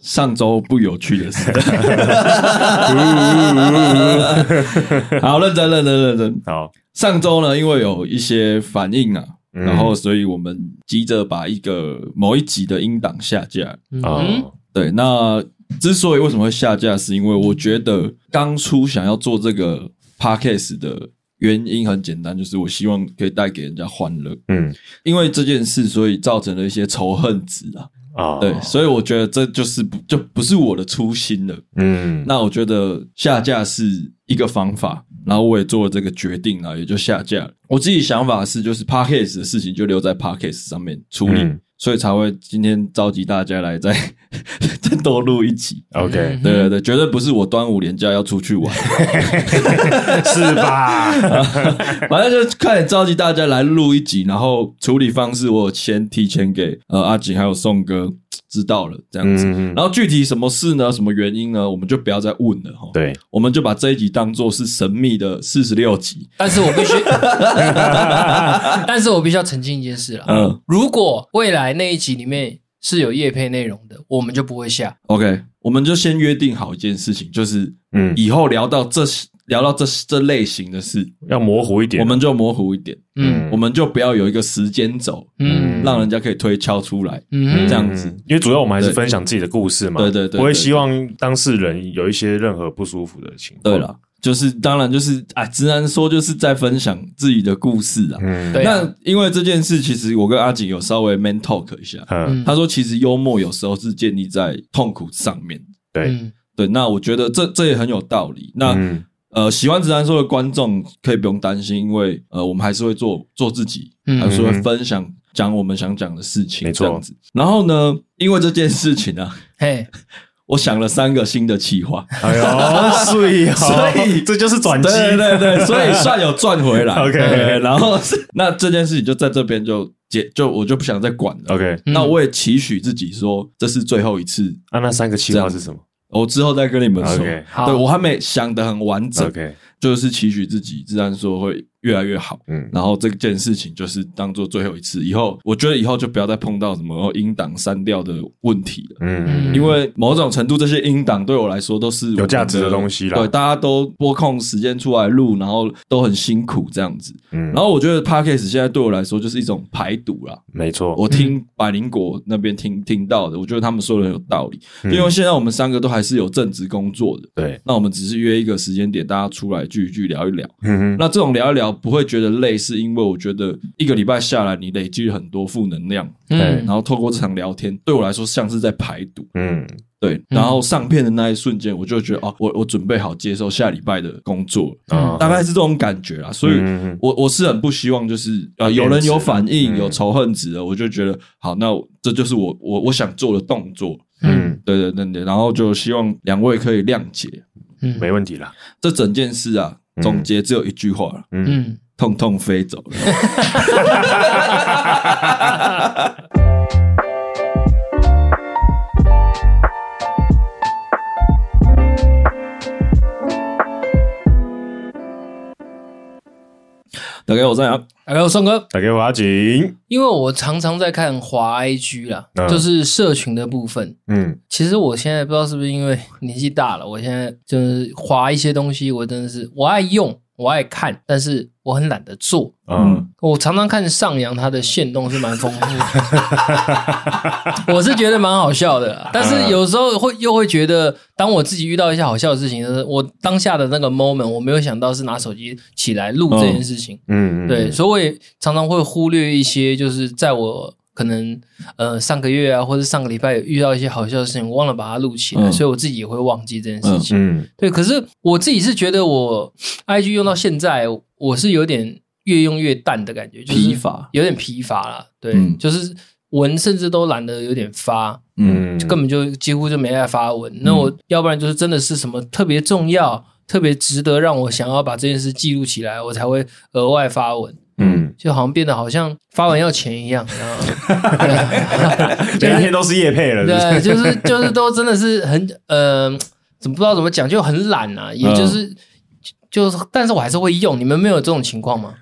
上周不有趣的事。好，认真认真认真。好，上周呢，因为有一些反应啊，然后所以我们急着把一个某一集的音档下架。嗯哦，对，那之所以为什么会下架，是因为我觉得当初想要做这个 podcast 的原因很简单，就是我希望可以带给人家欢乐。嗯，因为这件事，所以造成了一些仇恨值啊。哦，对，所以我觉得这就是不就不是我的初心了。嗯，那我觉得下架是一个方法，然后我也做了这个决定啊，也就下架了。我自己想法是，就是 podcast 的事情就留在 podcast 上面处理，嗯所以才会今天召集大家来再 再多录一集。嗯 OK，对对对，绝对不是我端午连假要出去 玩，嗯是 吧？嗯反正就是快点召集大家来录一集，然后处理方式我先提前给呃阿锦还有宋哥知道了这样子。嗯，然后具体什么事呢？什么原因呢？我们就不要再问了哈。对，我们就把这一集当做是神秘的四十六集。但是我必须， 但是我必须要澄清一件事了。嗯如果未来那一集里面是有叶配内容的，我们就不会下。 ，OK，我们就先约定好一件事情，就是嗯，以后聊到这聊到这这类型的事，要模糊一点，我们就模糊一点，嗯我们就不要有一个时间轴，嗯让人家可以推敲出来。嗯这样子嗯，因为主要我们还是分享自己的故事嘛，对对对对不会希望当事人有一些任何不舒服的情况。对，了，就是当然就是啊，直男说就是在分享自己的故事啊。嗯，对啊那因为这件事，其实我跟阿景有稍微 man talk 一下。嗯，嗯他说，其实幽默有时候是建立在痛苦上面。对，嗯对，那我觉得这这也很有道理。那、嗯呃，喜欢直男说的观众可以不用担心，因为呃，我们还是会做做自己，嗯还是会分享讲我们想讲的事情，没错这样子。然后呢，因为这件事情啊， 嘿，我想了三个新的企划，哎呦，所以 所以这就是转机，对对 对，所以算有赚回来。 OK 对然后 是那这件事情就在这边就结，就我就不想再管了。 OK，嗯那我也期许自己说，这是最后一次，啊，那三个计划是什么我之后再跟你们说。 ？OK 好对我还没想得很完整 OK，就是期许自己，自然说会越来越好。嗯，然后这件事情就是当做最后一次，以后我觉得以后就不要再碰到什么哦音档删掉的问题了。嗯，因为某种程度，这些音档对我来说都是有价值的东西啦对，大家都拨空时间出来录，然后都很辛苦这样子。嗯然后我觉得 podcast 现在对我来说就是一种排毒啦。没错，我听百灵果那边听听到的，我觉得他们说的很有道理。嗯因为现在我们三个都还是有正职工作的，对，那我们只是约一个时间点，大家出来聚一聚，聊一聊。嗯哼，那这种聊一聊不会觉得累，是因为我觉得一个礼拜下来，你累积了很多负能量，嗯对然后透过这场聊天，对我来说像是在排毒。嗯，对，然后上片的那一瞬间，我就觉得哦，我我准备好接受下礼拜的工作，啊大概是这种感觉啦。所以嗯嗯我，我是很不希望就是呃，有人有反应，有仇恨值的，我就觉得好，那我这就是我我我想做的动作。嗯，对对对对，然后就希望两位可以谅解嗯没问题啦，这整件事啊。嗯总结只有一句话了，嗯痛痛飞走了。大概我在啊，还哎有宋哥，打给我阿锦，因为我常常在看华 IG 啦，嗯就是社群的部分。嗯，其实我现在不知道是不是因为年纪大了，我现在就是划一些东西，我真的是我爱用，我爱看，但是我很懒得做。嗯，我常常看上扬他的线动是蛮丰 富的，我是觉得蛮好笑的啦，但是有时候会又会觉得，当我自己遇到一些好笑的事情的时候，我当下的那个 moment 我没有想到是拿手机起来录这件事情，嗯，对，所以我也常常会忽略一些，就是在我可能呃上个月啊，或者上个礼拜有遇到一些好笑的事情，我忘了把它录起来，嗯所以我自己也会忘记这件事情。嗯，对，可是我自己是觉得我 IG 用到现在，我是有点越用越淡的感觉，就是疲乏有点疲乏啦。对，嗯就是文甚至都懒得有点发，嗯嗯，就根本就几乎就没爱发文。那我要不然就是真的是什么特别重要、特别值得让我想要把这件事记录起来，我才会额外发文。嗯，就好像变得好像发文要钱一样，你知道吗 对每天都是夜配 了，是对，就是就是都真的是很呃，怎么不知道怎么讲，就很懒啊，也就是、嗯就就是，但是我还是会用。你们没有这种情况吗？不是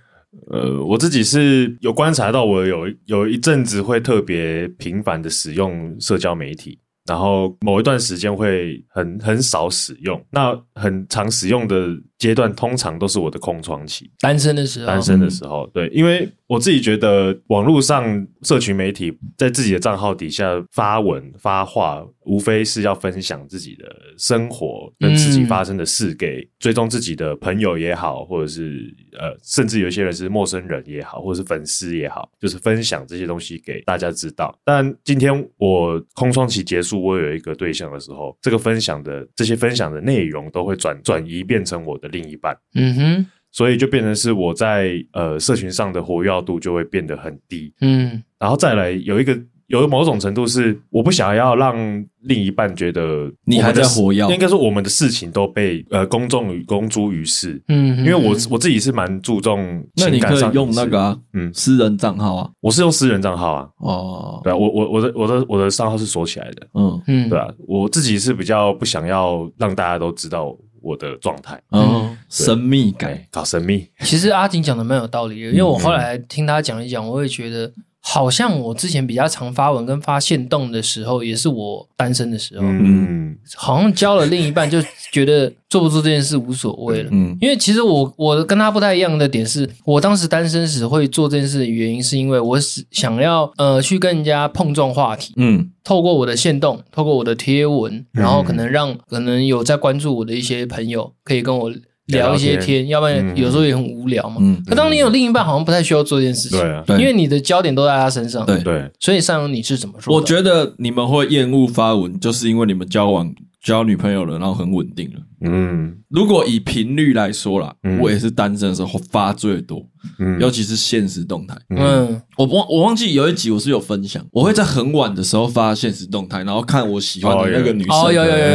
呃，我自己是有观察到，我有有一阵子会特别频繁的使用社交媒体，然后某一段时间会很很少使用。那很常使用的阶段，通常都是我的空窗期。单身的时候，单身的时候，对，因为我自己觉得网络上社群媒体在自己的账号底下发文发话，无非是要分享自己的生活跟自己发生的事给、追踪自己的朋友也好，或者是呃，甚至有些人是陌生人也好，或者是粉丝也好，就是分享这些东西给大家知道。但今天我空窗期结束，我有一个对象的时候，这个分享的这些分享的内容都会转转移变成我的另一半。嗯哼，所以就变成是我在呃社群上的活跃度就会变得很低，嗯然后再来有一个有某种程度是我不想要让另一半觉得你还在活跃我们的应该说我们的事情都被呃公众与公诸于世，嗯，因为我嗯我自己是蛮注重那你情可感上以用隐私那个、啊、嗯，私人账号啊，我是用私人账号啊，哦，对啊，我我我的我的我的账号是锁起来的，嗯嗯对啊，我自己是比较不想要让大家都知道我的状态，嗯，神秘感，哎，搞神秘，其实阿景讲的蛮有道理的，因为我后来嗯听他讲一讲，我也觉得好像我之前比较常发文跟发现动的时候，也是我单身的时候，嗯好像交了另一半就觉得做不做这件事无所谓了。嗯因为其实我我跟他不太一样的点是，我当时单身时会做这件事的原因，是因为我是想要呃去跟人家碰撞话题，嗯透过我的线动，透过我的贴文，然后可能让可能有在关注我的一些朋友可以跟我聊一些聊聊天，要不然嗯有时候也很无聊嘛。嗯，可当你有另一半，好像不太需要做这件事情，对啊对因为你的焦点都在他身上，对对。所以上游你是怎么做我的？觉得你们会厌恶发文，就是因为你们交往交女朋友了，然后很稳定了。嗯如果以频率来说啦，嗯我也是单身的时候发最多，嗯尤其是现实动态。嗯我忘我忘记有一集我是有分享，我会在很晚的时候发现实动态，然后看我喜欢的那个女生。哦，有有 有有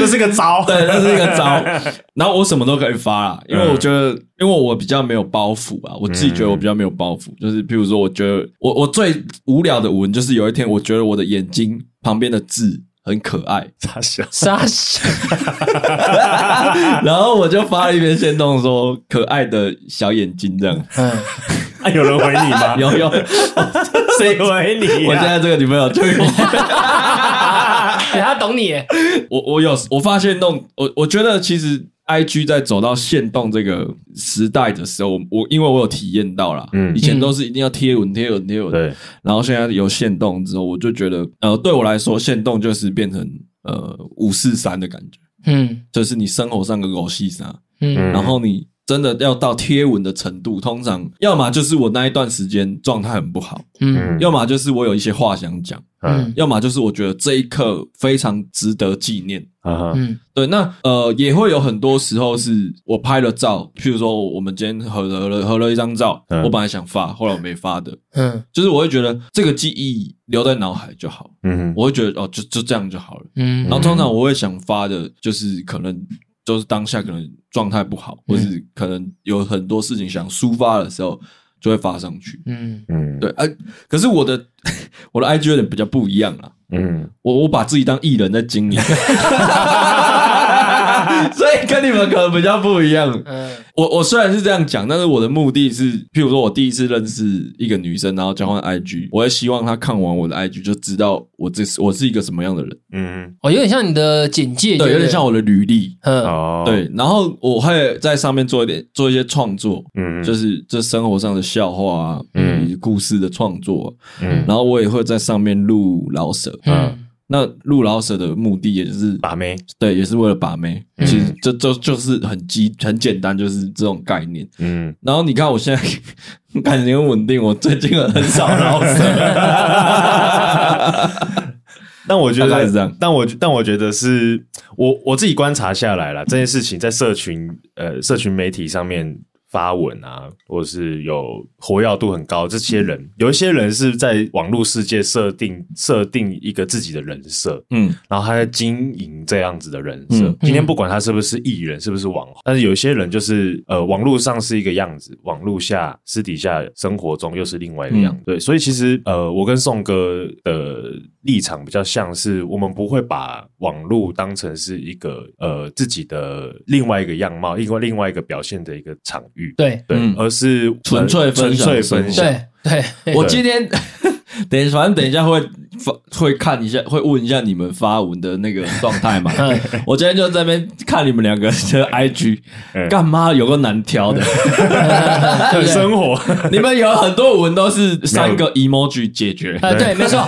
有， 这是个招。对，那是一个招。然后我什么都可以发啦，因为我觉得，因为我比较没有包袱吧，我自己觉得我比较没有包袱。就是譬如说，我觉得我我最无聊的文，就是有一天我觉得我的眼睛旁边的字很可爱， 傻笑。傻笑，然后我就发了一篇线动说可爱的小眼睛这样。 嗯，啊，有人回你吗？有有，谁回你、啊啊我现在这个女朋友就有。对他懂你耶，我我有我发现弄我我觉得其实 I G 在走到线动这个时代的时候，我我因为我有体验到啦，嗯以前都是一定要贴文贴文贴文，对，然后现在有线动之后，我就觉得呃，对我来说线动就是变成呃五四三的感觉，嗯就是你生活上的狗戏啥，嗯嗯然后你真的要到贴文的程度，通常要么就是我那一段时间状态很不好，嗯要么就是我有一些话想讲，嗯要么就是我觉得这一刻非常值得纪念。啊，嗯对，那呃也会有很多时候是我拍了照，譬如说我们今天合了合了合了一张照，嗯我本来想发，后来我没发的，嗯就是我会觉得这个记忆留在脑海就好，嗯我会觉得哦就就这样就好了。嗯，然后通常我会想发的，就是可能就是当下可能状态不好，或是可能有很多事情想抒发的时候，就会发上去。嗯嗯对，啊，可是我的 我的 IG 有点比较不一样啦，嗯，我我把自己当艺人在经营， 所以跟你们可能比较不一样。嗯我我虽然是这样讲，但是我的目的是，譬如说我第一次认识一个女生，然后交换 IG，我也希望她看完我的 IG 就知道我这是我是一个什么样的人，嗯哦，有点像你的简介，对，有点像我，我的履历。嗯哦，对，然后我会在上面做一点做一些创作，嗯，嗯就是这生活上的笑话啊，嗯嗯，故事的创作啊、嗯然后我也会在上面录老舍。嗯那录老舍的目的也就是把妹，对，也是为了把妹。嗯其实这这就是很基很简单，就是这种概念。嗯，然后你看我现在 感情很稳定，我最近很 少老舍。但我觉大概得是这样，但我但我觉得是我我自己观察下来了，这件事情在社群呃社群媒体上面发文啊，或者是有活跃度很高，这些人有一些人是在网络世界设定设定一个自己的人设，嗯然后他在经营这样子的人设。嗯今天不管他是不是艺人，是不是网红，但是有些人就是呃，网络上是一个样子，网络下私底下生活中又是另外一个样子。嗯对，所以其实呃，我跟宋哥的立场比较像是，我们不会把网络当成是一个呃自己的另外一个样貌，另外另外一个表现的一个场域。对对，嗯而是纯粹呃分纯享粹生活分享。对对，我今天等一下，反正等一下会发会看一下，会问一下你们发文的那个状态嘛。我今天就在那边看你们两个的 IG，嗯干妈有个难挑 的，对不对？生 活你们有很多文都是三个 emoji 解 决， 啊，对，没错，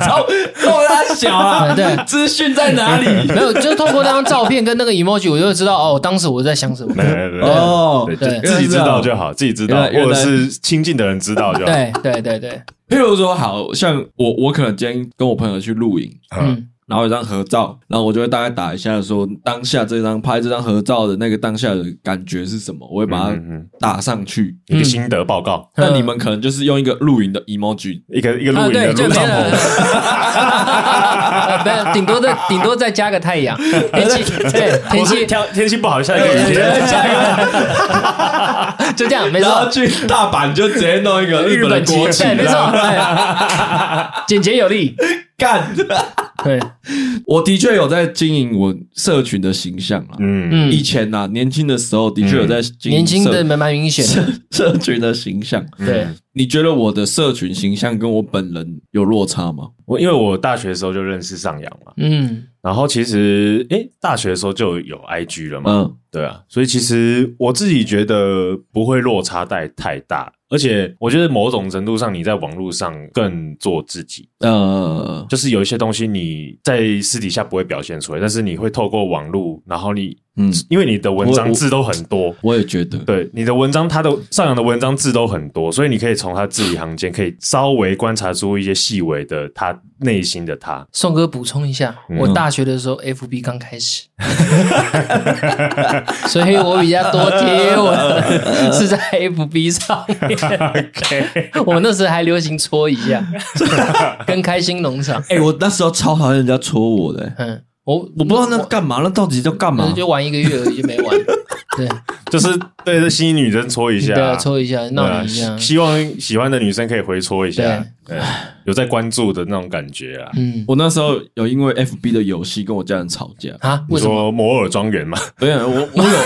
超够他小啊！对资讯在哪里？没有，就是透过那张照片跟那个 emoji，我就知道哦，当时我在想什么。对对对 哦，对，对就自己知道就好，自己知道，原来原来或者是亲近的人知道就好。对对对对，譬如说，好像我我可能今天跟我朋友去露营，嗯，嗯，然后有张合照，然后我就会大概打一下说当下这张拍这张合照的那个当下的感觉是什么，我会把它嗯嗯打上去。一个心得报告，那你们可能就是用一个露 营的 emoji，一个一个露嗯啊，营的对，就露没帐了篷，。 没有，顶多再顶多再加个太阳，天气对天我是气天天气不好，下一个雨天。 就这样，没然后错，去大阪就直接弄一个日本的旗国旗对，，没错，哎 简洁有力，干。对，我的确有在经营我社群的形象啊。嗯，嗯以，前呐、啊，年轻的时候的确有在经营年轻的社蛮蛮明显的， 社社群的形象。对，你觉得我的社群形象跟我本人有落差吗？我因为我大学的时候就认识上扬嘛，嗯，然后其实诶，大学的时候就有 IG 了嘛，嗯，对啊，所以其实我自己觉得不会落差带太大，而且我觉得某种程度上你在网络上更做自己，呃，就是有一些东西你在私底下不会表现出来，但是你会透过网络，然后你嗯，因为你的文我章我字都很多。我也觉得。对你的文章，它的上扬的文章字都很多，所以你可以从他字里行间，可以稍微观察出一些细微的他内心的他。 宋哥补充一下，嗯我大学的时候 FB 刚开始， 所以我比较多贴 文是在 FB 上面。 我那时候还流行搓一 下，跟开心农场。哎、我那时候超讨厌人家戳我的、欸嗯，我我不知道那干嘛，那到底叫干嘛啊我？就玩一个月而已，就没玩。 对，就是对着心仪女生戳一下，对啊，搓一下，闹你一对啊下希。希望喜欢的女生可以回戳一下，对，有在关注的那种感觉啊。啊嗯，我那时候有因为 FB 的游戏跟我家人吵架，啊，你为什么？说摩尔庄园嘛？没有， 我我有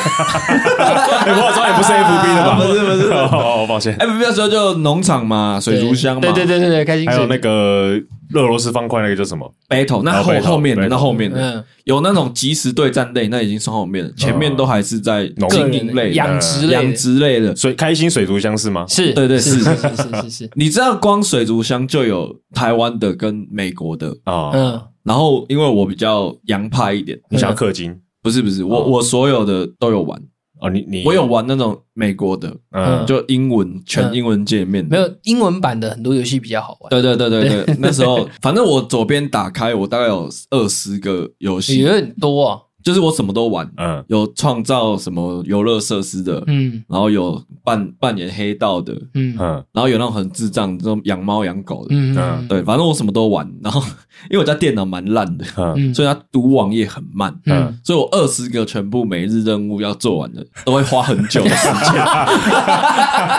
哎摩尔庄园不是 FB 的吧？ 不是不是 哦，哦抱歉。 FB 那时候就农场嘛，水族箱嘛，对对对对对，开心还有那个，个俄罗斯方块那个叫什么？啊，battle 那后 battle，后面的 battle 那后面的嗯，有那种即时对战类，那已经算后面了，前面都还是在农个经营类的、人养殖类的养殖类的。水开心水族箱是吗？是，对对是是是是是是是，你知道光水族箱就有台湾的跟美国的，哦，嗯。然后因为我比较洋派一点，你想要氪金？不是不是，我哦我所有的都有玩，哦，你你我有玩那种美国的，嗯嗯就英文全英文界面的没。有英文版的很多游戏比较好玩，对对对对 对，那时候反正我左边打开，我大概有二十个游戏也，有很多啊。就是我什么都玩，嗯有创造什么游乐设施的，嗯然后有扮扮演黑道的，嗯嗯嗯然后有那种很智障这种养猫养狗的，嗯嗯嗯，对，反正我什么都玩。然后因为我家电脑蛮烂的，嗯嗯，所以它读网页很慢。嗯所以我二十个全部每日任务要做完的，都会花很久的时间。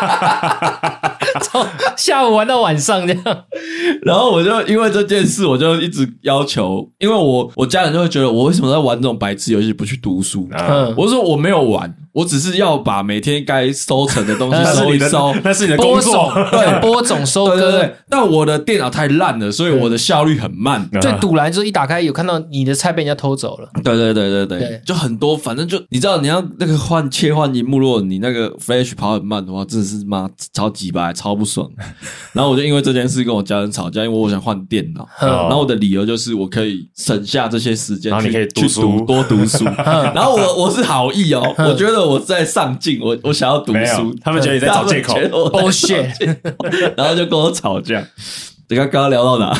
从下午玩到晚上这样，然后我就因为这件事，我就一直要求，因为我我家人就会觉得我为什么在玩这种白痴游戏不去读书？嗯，嗯，我说我没有玩，我只是要把每天该收成的东西 那是收一你的收。那是你的工播种作。 对播种收对对割对，，但我的电脑太烂了，所以我的效率很慢。嗯最堵然就是一打开有看到你的菜被人家偷走了，对对对对对对，就很多，反正就你知道，你要那个换切换荧幕，如果你那个 Flash 跑很慢的话，真的是妈超级白，超不 爽。然后我就因为这件事跟我家人吵架，因为我想换电脑。哦然后我的理由就是我可以省下这些时间然去，后你可以读去书嗯读多读 书。然后我我是好意哦，我觉得我在上进，我我想要读没有书，，他们觉得你在找借口 Oh, 他。们觉得我在找 Bullshit 借口 然后就跟我吵架。你看刚刚聊到 哪？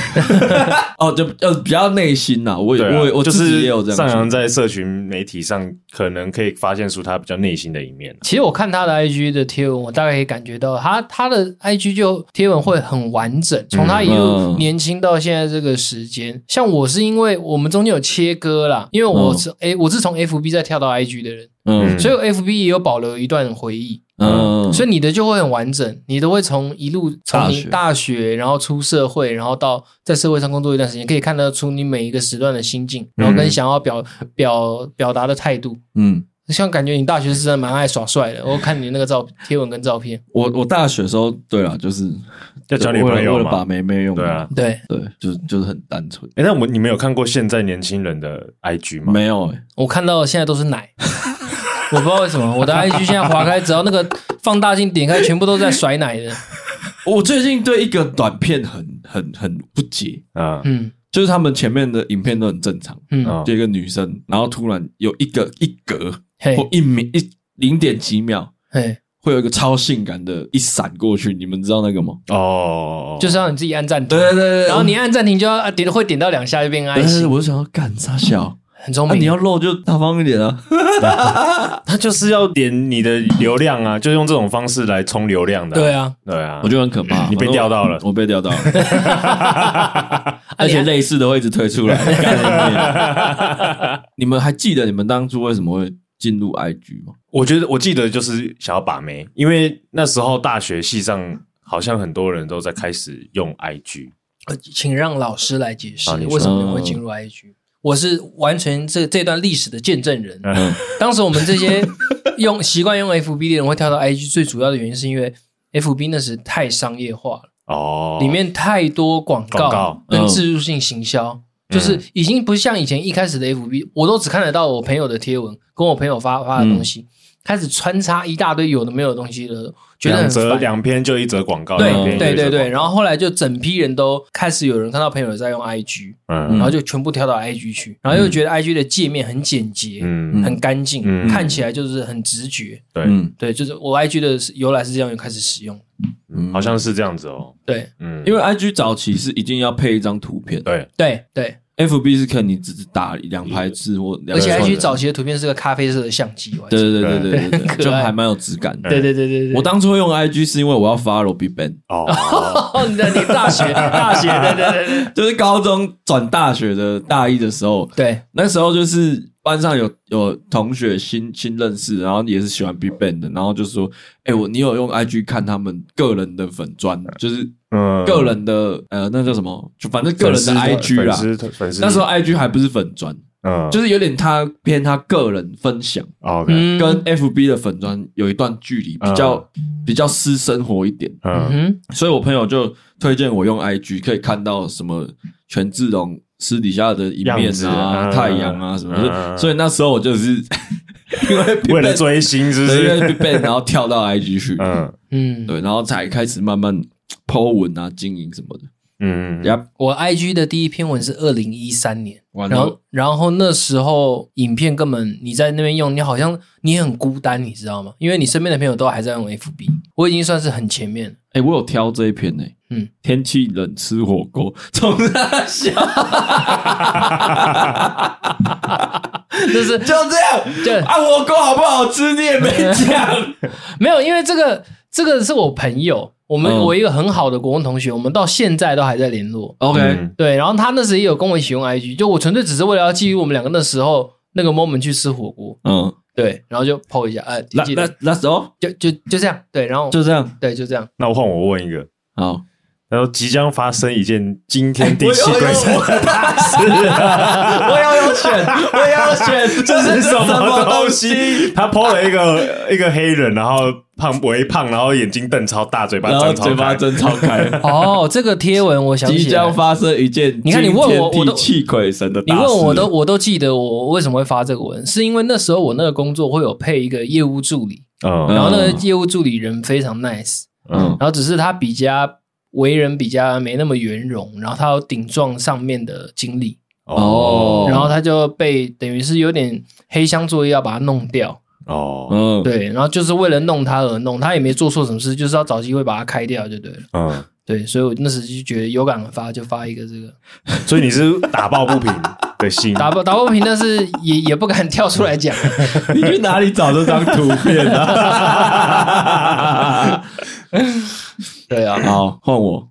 哦，就呃比较内心呐，我也、对啊，我也我就自己是也有这样上想扬在社群媒体上，可能可以发现出他比较内心的一面。其实我看他的 IG 的贴文，我大概可以感觉到他他的 IG 就贴文会很完整，从他一路嗯年轻到现在这个时间。像我是因为我们中间有切割啦，因为我是诶我是从 FB 再跳到 IG 的人，嗯所以我 FB 也有保留一段回忆。嗯，所以你的就会很完整，你都会从一路从大你学大学，然后出社会，然后到在社会上工作一段时间，可以看得出你每一个时段的心境，然后跟想要表表表达的态度。嗯，像感觉你大学是 真的蛮爱耍帅的，我看你那个照贴文跟照片，我我大学的时候，对啊，就是要交女朋为了友为了把嘛？妹妹用对啊完，对对，就是就是很单纯，哎、那我们你们有看过现在年轻人的 IG 吗？没有欸我看到的现在都是奶， 我不知道为什么我的 IG 现在划开，只要那个放大镜点开，全部都在甩奶的。我最近对一个短片很很很不解，啊，嗯就是他们前面的影片都很正常，嗯，啊就一个女生，然后突然有一个一格嘿或一秒一零点几秒，嘿，会有一个超性感的一闪过去，你们知道那个吗？哦，就是是让你自己按暂停对，对对对，然后你按暂停就要啊点会点到两下就变爱但是心，我就想要干傻笑，很聪那、你明。要露就大方一点啊。他就是要点你的流量啊，就是用这种方式来冲流量的、对，啊，对啊，我觉得很可怕。你被钓到了我我被钓到 了，而而且且类似的会一直推出 来。干你们你们还记得你们当初为什么会进入 IG 吗？ 我觉得我记得就是想要把妹，因为那时候大学系上好像很多人都在开始用 IG，呃请让老师来解释啊你说为什么你会进入 IG。我是完全这这段历史的见证人。嗯 当时我们这些用习惯用 FB 的人会跳到 IG，最主要的原因是因为 FB 那时太商业化了。哦，里面太多广广告嗯告跟植入性行销，就是已经不像以前一开始的 FB，我都只看得到我朋友的贴文，跟我朋友发发的嗯东西，开始穿插一大堆有的没有的东西了，觉得两很折烦。两篇就一则广告，两对篇就对一则对广告对，，然后后来就整批人都开始有人看到朋友在用 IG，嗯然后就全部跳到 IG 去，然后又觉得 IG 的界面很简洁、嗯，很干净，嗯看起来就是很直觉。对，嗯对，就是我 IG 的由来是这样开始使用。嗯好像是这样子哦，对嗯，因为 IG 早期是一定要配一张图片对对对， ，FB 是看你只是打两排字或两而且串的 IG 早期的图片是个咖啡色的相机，我还记得对对对对对对对，很可爱就还蛮有质感的。对对对对对，我当初用 IG 是因为我要 follow Big Bang，哦，哦，你的你大学大学， 对 对对对就是高中转大学的大一的时候，对，那时候就是班上有有同学新新认识，然后也是喜欢 BigBang 的，然后就说：“哎、我你有用 IG 看他们个人的粉砖，就是嗯个人的、呃，那叫什么？就反正个粉人丝的 IG 啦。粉丝粉丝那时候 IG 还不是粉砖，嗯哦就是有点他偏他个人分享，OK 嗯跟 FB 的粉砖有一段距离，比较、比较私生活一点。嗯嗯所以我朋友就推荐我用 IG，可以看到什么权志龙私底下的一面样子啊、嗯太阳啊什么嗯的。所以那时候我就是 因为 Big 为了 Bang- 追星是不嗯对，因为是？ Big Bang，然后跳到 IG 去，嗯嗯，对，然后才开始慢慢 po 文啊、经营什么的。嗯，呀，我 IG 的第一篇文是二零一三年，完然了后然后那时候影片根本你在那边用，你好像你很孤单，你知道吗？因为你身边的朋友都还在用 FB，我已经算是很前面了。 哎，我有挑这一篇呢。嗯，天气冷，吃火锅，从那笑，就是就这就样啊！火锅好不好吃你也没嗯讲，没有，因为这个这个是我朋友，我们、嗯我一个很好的国文同学，我们到现在都还在联络。 OK，嗯对，然后他那时也有跟我一起用 IG，就我纯粹只是为了要基于我们两个那时候那个 moment 去吃火锅，嗯，对，然后就 PO 一下，呃，那记得那那时候就就就这样，对，然后就这样，对就这样，那我换我问一个，好，然后即将发生一件惊天地泣鬼神我的大事， 我也有 选，我也有选，这是什么东东西？？ 他抛了一个一个黑人，然后胖微胖，然后眼睛瞪超大，嘴巴然后张超嘴巴开。真 超开， 哦，这个贴文我想即起来将了，发生一件你看你问我惊我天都地泣鬼神的你大事。问我都我都记得我为什么会发这个文，是因为那时候我那个工作会有配一个业务助理，嗯然后那个业务助理人非常 nice，嗯嗯然后只是他比较为人比较没那么圆融，然后他要顶撞上面的经理，哦然后他就被等于是有点黑箱作业要把他弄掉，哦嗯，对，然后就是为了弄他而弄，他也没做错什么事，就是要找机会把他开掉就对了。嗯，对，所以我那时就觉得有感而发，就发一个这个所以你是打抱不平的心， 打不打不平，但是也也不敢跳出来讲。你去哪里找这张图片 啊？ 对啊，好，换 我，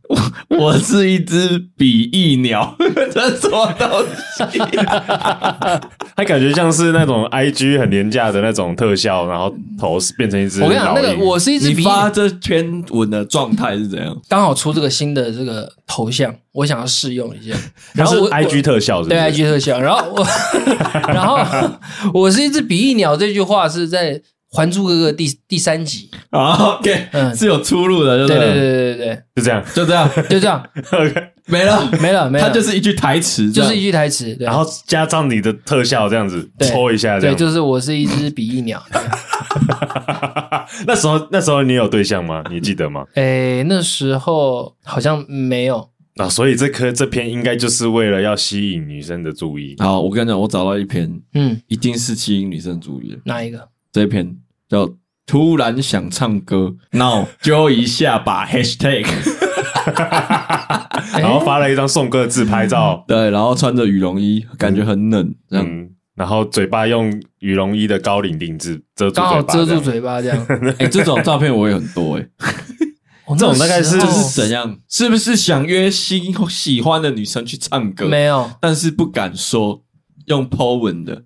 我是一只比翼鸟， 这什么 东西？他感觉像是那种 I G 很廉价的那种特效，然后头变成一只我跟你老讲，那个鹰。我是一只你比发这篇文的状态是怎样？刚好出这个新的这个头像，我想要试用一下。它然后是我 I G 我特效是不对是 IG 特效，然后我然后我是一只比翼鸟这句话是在还珠格格》第第三集，啊，OK，嗯是有出入的，对不对对对？对对对就这样。就这样，对，就这样 OK，没了，没 了没了，它就是一句台词，就是一一句台词，对 然后加上你的特效这样子对抽一下，这对，样子。就是我是一只比翼鸟。那时候那时候你有对象吗？你记得吗？ 诶，那时候好像没有，啊，所以这颗这篇应该就是为了要吸引女生的注意。好，我跟你讲，我找到一篇，嗯，一定是吸引女生注意的。哪一个？这篇叫《突然想唱歌》，Now 揪一下吧 #hashtag 诶然后发了一张宋哥的自拍照，对，然后穿着羽绒衣，感觉很冷，哎这样嗯，然后嘴巴用羽绒衣的高领领子遮住，刚好遮住。嘴巴这样。哎、这种照片我也很多哎、哦这种大概那是时 候这是怎样？是不是想约新喜欢的女生去唱歌？没有，但是不敢说，用 po 文的，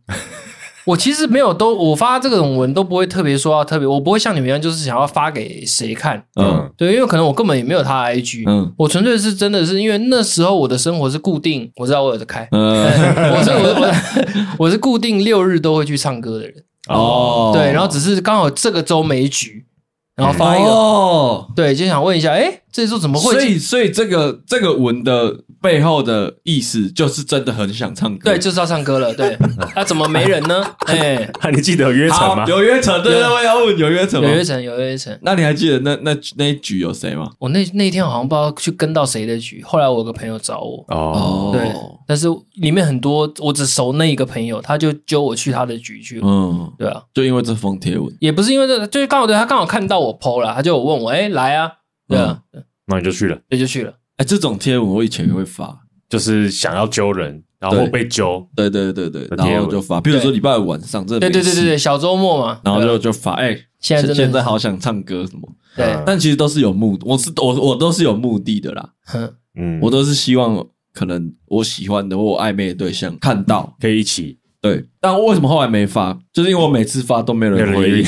我其实没有都，我发这种文都不会特别说要特别，我不会像你们一样，就是想要发给谁看。嗯嗯，对，因为可能我根本也没有他的 IG，嗯我纯粹是真的是因为那时候我的生活是固定，我知道我有在开，呃， 我是我我我是固定六日都会去唱歌的人， 哦，对，然后只是刚好这个周没局，然后发一个，哦，对，就想问一下，哎，这周怎么所会？以所以这个这个文的背后的意思就是真的很想唱歌，对，就是要唱歌 了，对，那、怎么没人呢？哎，啊， 你记得有约成好吗？有约成，对对，我也要问有约成有吗？约成，有约成。那你还记得那那那一局有谁吗？我那那一天好像不知道去跟到谁的局，后来我有个朋友找我，哦，对，但是里面很多我只熟那一个朋友，他就揪我去他的局去，嗯，对啊，就因为这封贴文，也不是因为这个，就是刚好对他刚好看到我 PO 了，他就有问我，哎、来啊，对啊，嗯那你就去了，对，就去了。哎，这种贴文我以前也会发，就是想要揪人，然后对被揪。对对对对，的贴文然后就发，比如说礼拜五晚上，这对对对对对，对，小周末嘛，然后对就啊就发，哎，现在真的现在好嗯想唱歌什么，对，但其实都是有目，我是我我都是有目的的啦，哼嗯，我都是希望可能我喜欢的或我暧昧的对象看到，可以一起。对，但为什么后来没发？就是因为我每次发都没有没有人人回理应你，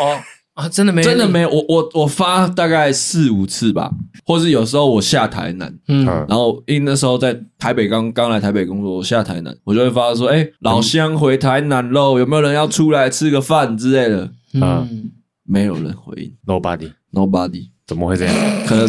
哦啊，真的没人真的理，没有，我我我发大概四五次吧，或是有时候我下台南，嗯嗯然后因为那时候在台北刚刚来台北工作，我下台南，我就会发说，哎、嗯老乡回台南喽，有没有人要出来吃个饭之类的？嗯，没有人回应 Nobody， ，nobody， 怎么会这样？可能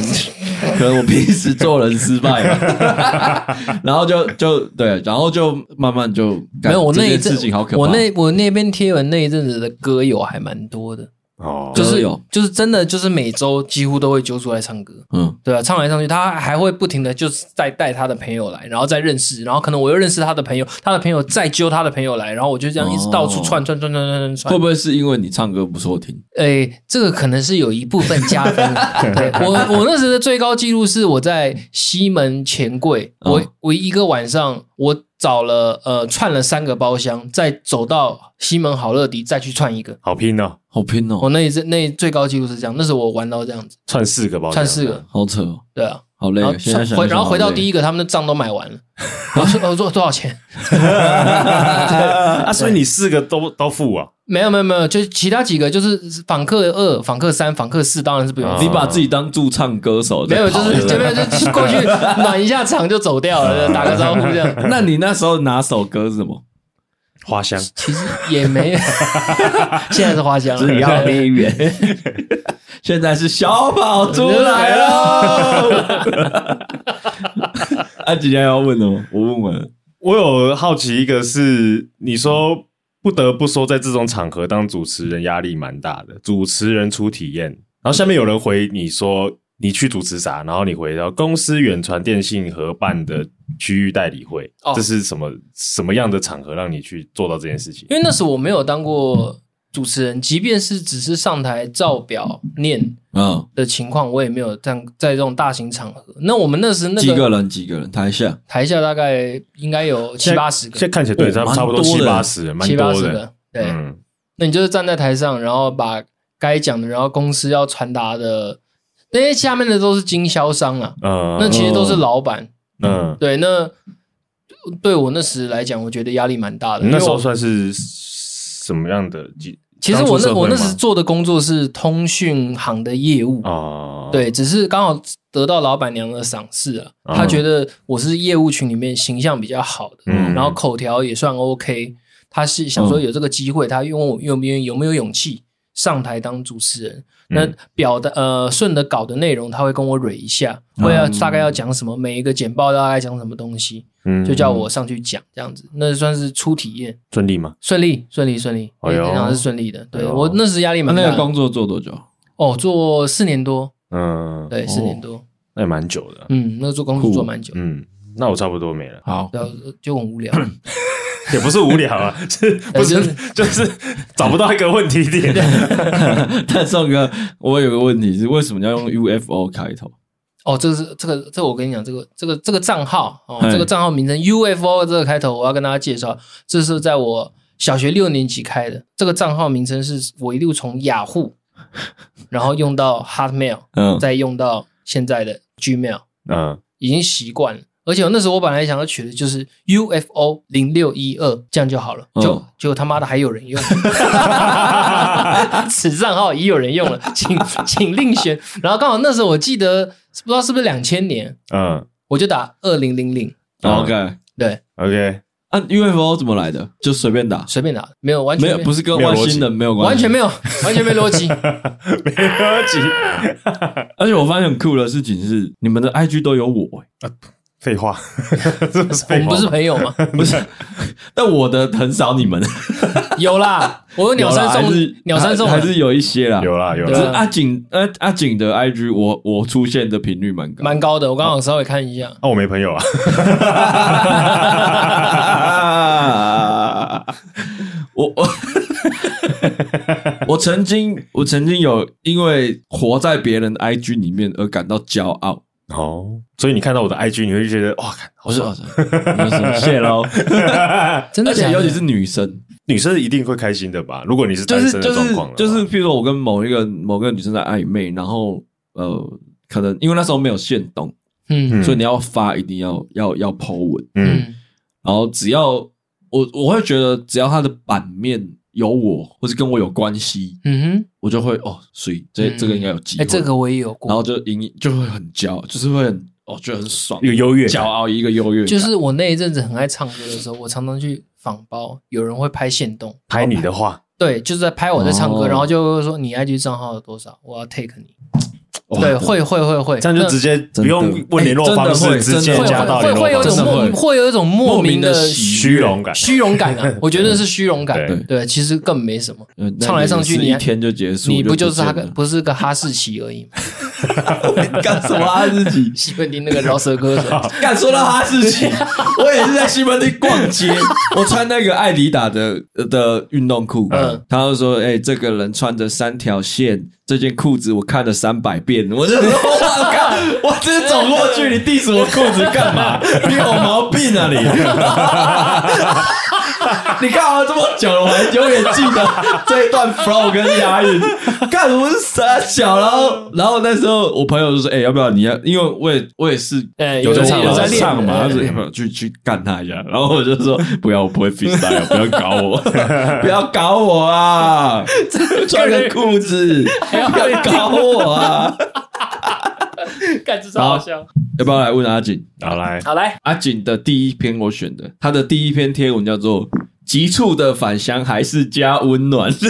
可能我平时做人失败吧， 然后就就对，然后就慢慢就没有我那一这件阵事情好可怕，我那我那边贴文那一阵子的歌友还蛮多的，哦，就歌是友就是真的就是每周几乎都会揪出来唱歌，嗯对啊，唱来唱去，他还会不停的就是再带他的朋友来，然后再认识，然后可能我又认识他的朋友，他的朋友再揪他的朋友来，然后我就这样一直到处串串串串串串哦会串。不会是因为你唱歌不错听？哎，这个可能是有一部分加分的。 对我我那时的最高纪录是我在西门钱柜，我嗯我一个晚上我找了呃串了三个包厢，再走到西门好乐迪再去串一个。好拼哦，好拼哦我，那一阵那最高纪录是这样，那是我玩到这样子，串四哦个包，串四个，，好扯哦，对啊。好累然哦，后现在想回然后回到第一，一个，他们的账都买完了。我说我说哦多少钱？ 啊，所以你四个都都付啊？没有没有没有，就是其他几个就是访客二、访客三、访客四，当然是不用啊你付。把自己当驻唱歌手没在有，就跑，是对这不对边就过去暖一下场就走掉了，打个招呼这样。 那你那时候哪首歌是什 么？花香，其实也没，现在是花香了。你远。现在是小宝猪来喽。 安吉家啊要问的吗？我问完了。我有好奇一个是，你说不得不说，在这种场合当主持人压力蛮大的，主持人出体验。然后下面有人回你说你去主持啥，然后你回到公司远传电信合办的区域代理会，哦这是什么什么样的场合让你去做到这件事情？因为那时我没有当过主持人，即便是只是上台照表念嗯，的情况，我也没有这样在这种大型场合。那我们那时那几个个人？几个人？台下台下大概应该有七八十现在个，看起来对，哦差蛮差不多多的七八十，蛮七八多十的。个。对，嗯，那你就是站在台上，然后把该讲的，然后公司要传达的，那些下面的都是经销商啊，呃那其实都是老板。嗯，对，那对我那时来讲，我觉得压力蛮大的。你那时候因为我算是什么样的几？其实刚我出社那会我那吗时做的工作是通讯行的业务，哦，对，只是刚好得到老板娘的赏识啊，嗯她觉得我是业务群里面形象比较好的，嗯然后口条也算 OK，她是想说有这个机会，她愿我愿不愿意有没有勇气上台当主持人，那嗯表的呃顺的稿的内容，他会跟我蕊一下，会要大概要讲什么，每一个简报大概讲什么东西，嗯就叫我上去讲这样子，那算是初体验，顺利吗？顺利顺利顺利，哎呦然后是顺利的，对哎呦我那时压力那蛮大啊那的个工作做多久？哦，做四年多，嗯，对，四年多，那也蛮久的。嗯，那个做工作酷做蛮久，嗯，那我差不多没了， 好，然后就很无聊，也不是无聊啊，是不就是是就是找不到一个问题点。但宋哥，我有个问题是，为什么要用 UFO 开头？哦，这个是这个这个我跟你讲，这个这个这个账号哦，嘿这个账号名称 UFO 这个开头，我要跟大家介绍，这是在我小学六年级开的。这个账号名称是我一路从雅虎，然后用到 Hotmail，嗯，再用到现在的 Gmail，嗯，已经习惯了。而且我那时候我本来想要取的就是 UFO 零六一二，这样就好了。嗯就就他妈的还有 人用，此账号已有人用了，请请另选。然后刚好那时候我记得不知道是不是两千年，嗯我就打二零零零，哦 OK，对， ，OK， 啊，UFO 怎么来的？就随便打，随便打，没有完全没有，不是是跟外星人没有关系，完全没有完全没逻 辑。没啊合集。而且我发现很酷的事情是，你们的 IG 都有我、欸废话，这不是我废们话，不是朋友吗？不是？ 但我的很少你们，有啦，我有 鸟山有啦还送是鸟山送还了，还是有一些啦。有啦有可对是啦啊，阿景，呃，阿景的 IG 我我出现的频率蛮高，蛮高的。我刚好稍微看一下，那我没朋友啊。 我我 我曾经我曾经有因为活在别人的 IG 里面而感到骄傲， 哦，所以你看到我的 IG，你会觉得哇，看好我说爽。我说我说谢喽， 真的而假且的？尤其是女生，女生一定会开心的吧？如果你是就单是身的就状是况的话啊就是，譬如说我跟某一个某个女生在暧昧，然后呃，可能因为那时候没有限动，嗯嗯所以你要发一定要要要 po 文，嗯嗯然后只要我我会觉得只要她的版面有我或是跟我有关系，嗯哼。我就会哦，所以这、嗯这个应该有机会，哎、这个我也有过，然后就赢就会很骄，就是会很哦，觉得很爽，有优越骄感，傲一个优越感，就是我那一阵子很爱唱歌的时候，我常常去仿包，有人会拍线动，拍你的话，对，就是在拍我在唱歌，哦然后就会说你 IG 账号有多少，我要 take 你，哇对，会会会会，这样就直接不用问联络方哎真的式，会直接会真的加到会联会络会有方一真的式，种莫会名会有一种莫名的莫名的喜虚荣感。虚荣 感啊，我觉得是虚荣感，对对，其实根本没什么，呃那唱来唱去也是你一天就结束，你不就是他哈个不是个哈士奇而 已吗？ 干什么他自己？喜欢听那个饶舌歌 手，敢说到哈士奇，我也是在西门町逛街，我穿那个艾迪达的的运动裤，嗯他就说，哎、这个人穿着三条线，这件裤子我看了三百遍，我就说，我靠，我直接走过去，你 diss 我裤子干嘛？你有毛病啊你！ 你看完这么久了，我还永远记得这一段 flow 跟押韵。干，我是傻小，然后，然后那时候我朋友就说：“哎、要不要你要？因为我也我也是哎有在有在有在在练哎唱嘛，他对说要不要去去干他一下？然后我就说不要，我不会 freestyle，不要搞我， 不要搞我啊！ 穿个裤子，不要搞我啊！干这好笑。要不要来问阿锦？好来，好来，阿锦的第一篇我选的，他的第一篇贴文叫做。急促的返乡还是家温暖，什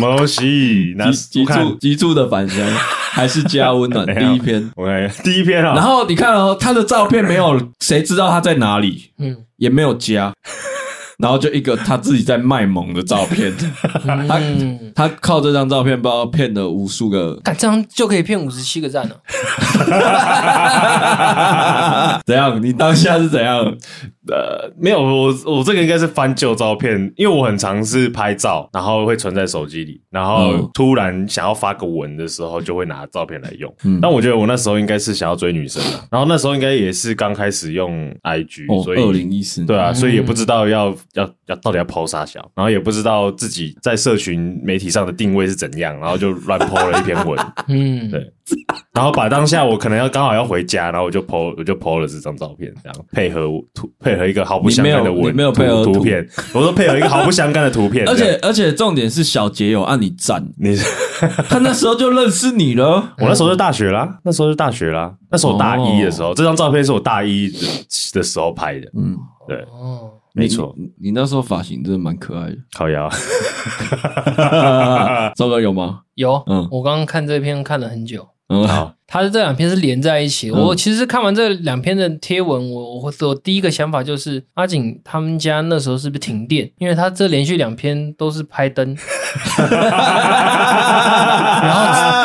么东西？那急急我促看，急促的返乡还是家温 暖。没有第一篇，我看第一篇 啊，然后你看哦，他的照片没有， 谁知道他在哪里，嗯，也没有家，然后就一个他自己在卖萌的照 片，他嗯，他靠这张照片不知道骗了无数个， 干这样就可以骗五十七个赞了。怎样？你当下是怎样？呃，没有，我我这个应该是翻旧照片，因为我很常是拍照，然后会存在手机里，然后嗯突然想要发个文的时候，就会拿照片来用。嗯但我觉得我那时候应该是想要追女生啊的，然后那时候应该也是刚开始用 IG，、哦，所以二零一四，对啊，嗯所以也不知道要要要到底要抛啥小，然后也不知道自己在社群媒体上的定位是怎样，然后就乱抛了一篇文，嗯，对然后把当下我可能要刚好要回家，然后我就抛我就抛了这张照片，这样配合图配合一个毫不相干的你没有文，你没有图配合图图片，我说配合一个毫不相干的 图片，而这且样而且重点是小杰有按你 赞，你。他那时候就认识你了我那时候就大学啦，那时候就大学啦，哦那时候我大一的时候，这张照片是我大一的的时候拍的，嗯，对，哦，没错，你你那时候发型真的蛮可爱 烤鸭。 的。 周哥有吗？有，嗯我刚刚看这篇看了很久，嗯， 好，它的这两篇是连在一起。嗯我其实看完这两篇的贴文，我我会我第一个想法就是阿景他们家那时候是不是停电？因为他这连续两篇都是拍灯， 然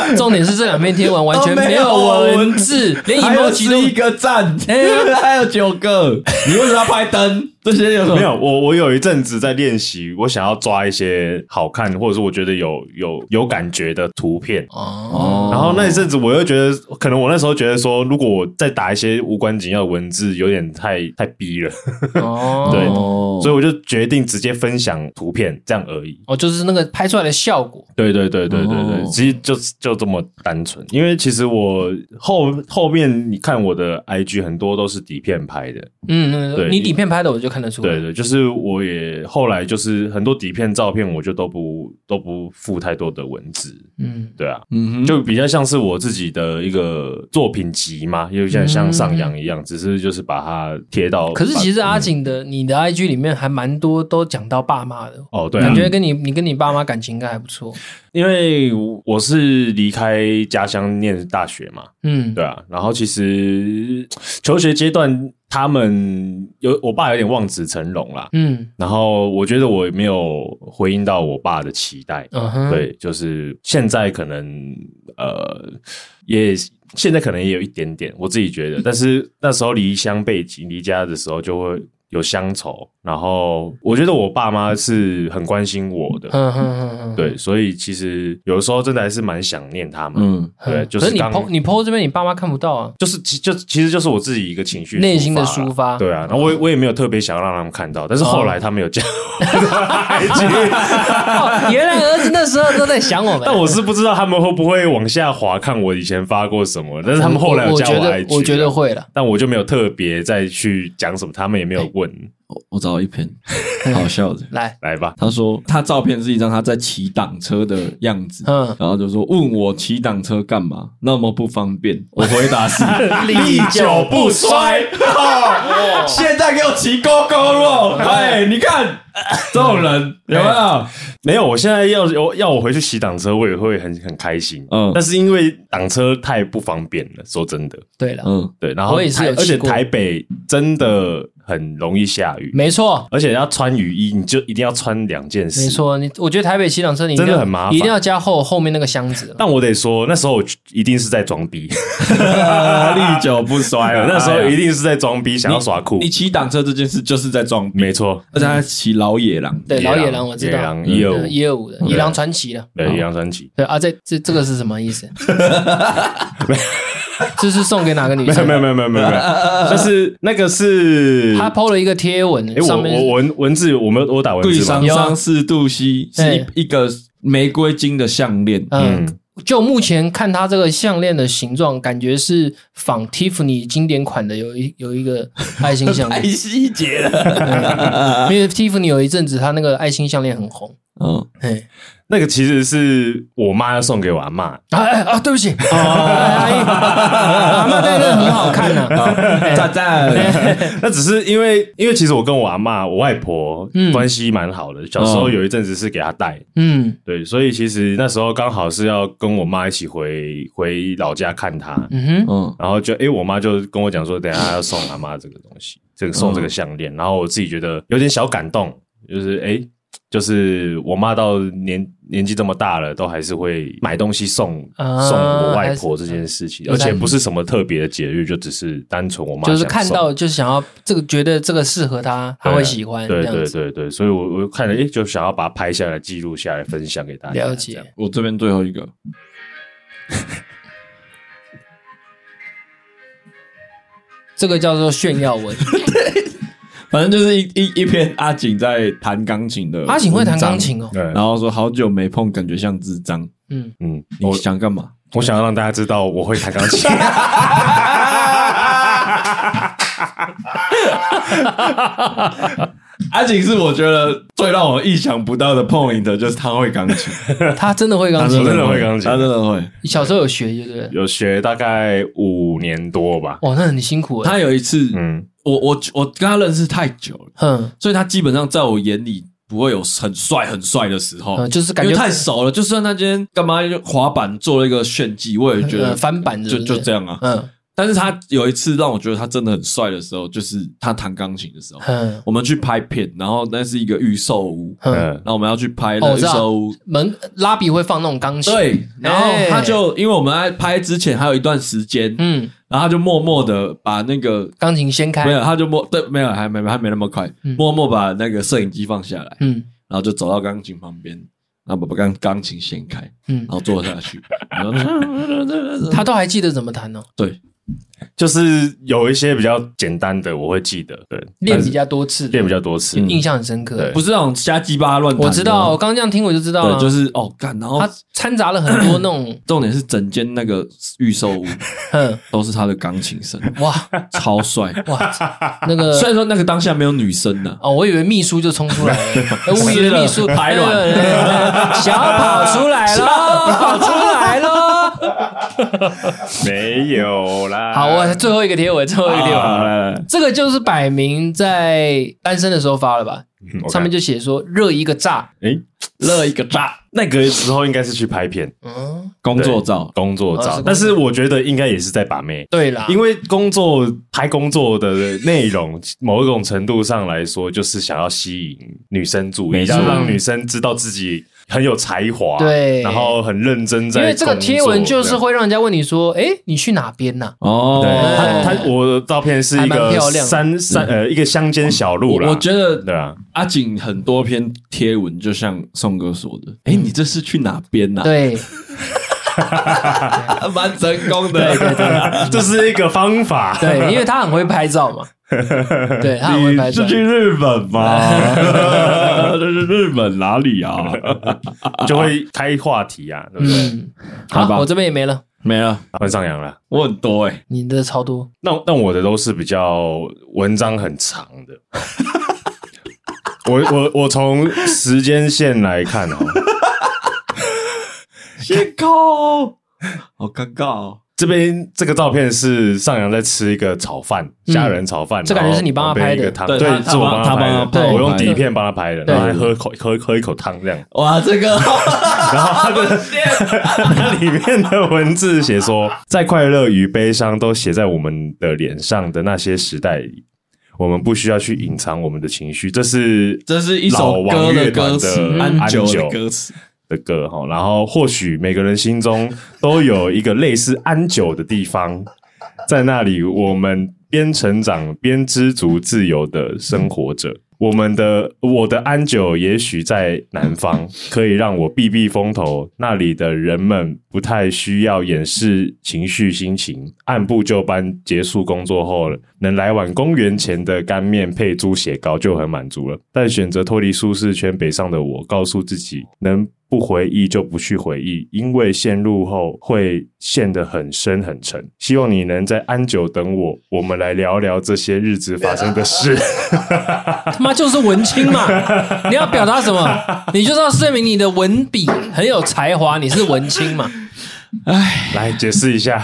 后重点是这两篇贴文完全都没没有有文字，连还哦有 emoji 都十一个赞， 还有九个，你为什么要拍灯？ 这些有什么？没有，我我有一阵子在练习，我想要抓一些好看，或者是我觉得有有有感觉的图片。哦，哦。然后那一阵子，我又觉得，可能我那时候觉得说，如果我再打一些无关紧要的文字，有点太太逼了，哦对哦所以我就决定直接分享图片，这样而已。哦，就是那个拍出来的效果。对对对对对对，哦其实就就这么单纯。因为其实我后后面你看我的 IG 很多都是底片拍的，嗯，对嗯，你底片拍的我就看得出来。对对，就是我也后来就是很多底片照片，我就都不都不附太多的文字，嗯，对啊，嗯哼，就比较像是我自己的一个作品集嘛，有点像上扬一样，只是就是把它贴到。嗯可是其实把阿景的你的 IG 里面还蛮多都讲到爸妈的，哦，对、啊，感觉跟你你跟你爸妈感情应该还不错。因为我是离开家乡念大学嘛，嗯，对啊，然后其实求学阶段，他们有我爸有点望子成龙啦，嗯然后我觉得我没有回应到我爸的期待，嗯哼，，对，就是现在可能呃，也现在可能也有一点点，我自己觉得，但是那时候离乡背井离家的时候，就会有乡愁。然后我觉得我爸妈是很关心我的，嗯哼哼哼，对，所以其实有时候真的还是蛮想念他们。嗯，哼。对，就可是是你刚 PO 你 PO 这边，你爸妈看不到 啊。就是其就其实就是我自己一个情绪内心的抒抒啦发对啊，然后我也我也没有特别想要让他们看到，但是后来他们有加我的 IG，哦，原来儿子那时候都在想我们。 但我是不知道他们会不会往下滑看我以前发过什么，但是他们后来有我加觉得 IG，我觉得，会了。啊但我就没有特别再去讲什么，他们也没有嗯问，我我找到一 篇好笑的，来，来吧，他说他照片是一张他在骑挡车的样子，嗯然后就说问我骑挡车干嘛，那么不方便。 我回答是历久不衰。哦现在给我骑勾勾肉， 哎，你看这种人有没有？哎没有，我现在要要要我回去骑挡车，我也会很很开心，嗯但是因为挡车太不方便了，说真的，对了，嗯，对，然后我也是台有骑而且过台北真的很容易下雨，没错，而且要穿雨衣，你就一定要穿两件事。没。错。你我觉得台北骑辆车，你一定真的要很麻烦你一定要加后后面那个箱子。但我得说，那时候我一定是在装 逼，历久不衰啊那时哎候呀一定是在装逼，想要耍酷你。骑挡车这件事就是在装逼，没错，而且他骑老野狼，对，老野狼我知野道，嗯狼，E 一二五，一二五的野狼传奇的。对，野狼传奇。对啊，这这这个是什么 意思？这是送给哪个女没有生？没有没有没有没有，没 有就是那个是，他哎，抛了一个贴文，我上面我文文字，我们我打文对字吗上？有啊上四度 C 是哎一一个玫瑰金的项链，嗯，嗯，就目前看它这个项链的形状，感觉是仿 Tiffany 经典款的，有一有 一个爱心项太链，细节了。因为 Tiffany 有一阵子它那个爱心项链很红。嗯，哎那个其实是我妈要送给我阿妈，啊哎啊，对不起，哦哎阿姨，阿妈戴的很好看啊呐。 赞赞，那只是因为因为其实我跟我阿妈、我外婆嗯哦关系蛮好的，小时候嗯有一阵子是给她带，嗯对，所以其实那时候刚好是要跟我妈一起回回老家看她，嗯哼，嗯，然后就诶、我妈就跟我讲说，等一下要送阿妈这个东西，这个送这嗯个项链，然后我自己觉得有点小感动，就是诶、就是我妈到年年纪这么大了，都还是会买东西送、啊送我外婆这件事情，还而是且不是什么特别的节日，就只是单纯我妈就是想看送到就是想要这个，觉得这个适合她，她会喜欢这对样对子。对对，所以我我看了诶、就想要把它拍下来、记录下来，分享给大家。了这样解，我这边最后一个，这个叫做炫 耀文。反正就是一一一篇阿景在弹钢琴的，阿景会弹 钢，琴哦，对，然后说好久没碰，感觉像智障。嗯，嗯，你想干嘛？我想要让大家知道我会弹钢 琴。阿景是我觉得最让我意想不到的 point，就是他会钢琴，他真的会钢琴他，真的会钢琴他真的会。你小时候有学，对不对？有学大概五年多吧。哇，那很辛苦哎。他有一次，嗯，我我我跟他认识太久了，哼，所以他基本上在我眼里不会有很帅很帅的时候嗯，，就是感因觉为太熟了。就算他今天干嘛就滑板做了一个炫技，我也觉 呃得翻版是就不是就这样啊。嗯但是他有一次让我觉得他真的很帅的时候，就是他弹钢琴的时候，哼我们去拍片，然后那是一个预售屋，哼，嗯然后我们要去拍哦那我预知道售屋，门拉比会放那种钢琴，，对，然后哎他就因为我们在拍之前还有一段时间，嗯，然后他就默默的把那个钢琴掀开没，有，他就默对没有，还没还没那么快，嗯默默把那个摄影机放下来，嗯然后就走到钢琴旁边，然后把钢钢琴掀开，嗯然，后坐下去，然后就他都还记得怎么弹哦，对就是有一些比较简单的，我会记得，对，练但比是较多次，练比较多次，嗯印象很深刻对。不是那种瞎鸡巴乱弹的哦，我知道，我刚刚这样听我就知道了，对，就是哦干，然后他掺杂了很多 那种，重点是整间那个预售屋哼，都是他的钢琴声，哇超帅。哇，那个虽然说那个当下没有女生 呢，哦，我以为秘书就冲出来了，呃无湿语了的秘书排卵对对对对小跑出来了，跑出来了。没有啦。 好，我最后一个贴文，最后一个贴文，啊好来来来这个就是摆明在单身的时候发了吧？嗯，OK 上面就写说热一个炸，诶，乐一个炸，那个时候应该是去拍片嗯，工作照，工作啊是照工，但是我觉得应该也是在把妹。对啊啦，因为为工作拍工作的内容，某一种程度上来说，就是想要吸引女生注意，没错要让女生知道自己很有才华，对然后很认真在工作。因为这个贴文就是这样会让人家问你说，哎，你去哪边呐？哦对，哎他他我的照片是一还蛮个漂亮的山山呃一个乡间小路嗯啦，我觉得对啊，阿景很多篇贴文，就像宋哥说的，哎、你这是去哪边呐、对，啊？ 蛮成功的，对对对，这是一个方法。对，因为他很会拍照 嘛，对他很会拍你照是。去日本吗？ 这是日本哪里啊？就会开话题啊，对不对？嗯，好吧好，我这边也没了，没了，换上扬了。我很多哎、你的超多。那那我的都是比较文章很长的。 我我我从时间线来看哦，谢口，好尴尬哦。这边这个照片是上扬在吃一个炒饭，虾仁炒饭，嗯这感觉然后是你帮他拍的旁边一个汤对他对，是我帮他帮拍他的，帮他我用拍的底片帮他拍的，对然后还喝口喝喝一口汤这样。哇，这 个，然后他的 它里面的文字写说，在快乐与悲伤都写在我们的脸上的那些时代里，我们不需要去隐藏我们的情绪。这是这是一首歌老王的乐歌团的嗯词，嗯安安久的久歌词。的歌哈。然后或许每个人心中都有一个类似安久的地方， 在那里我们边成长边知足自由的生活着。我们的我的安久也许在南方，可以让我避避风头。那里的人们不太需要掩饰情绪心情，按部就班结束工作后，能来碗公元前的干面配猪血糕就很满足了。但选择脱离舒适圈北上的我，告诉自己能不回忆就不去回忆，因为陷入后会陷得很深很沉。希望你能在安久等我，我们来聊聊这些日子发生的事。他妈就是文青 嘛！你要表达什么？你就是要证明你的文笔很有才华，你是文青嘛？来解释一下，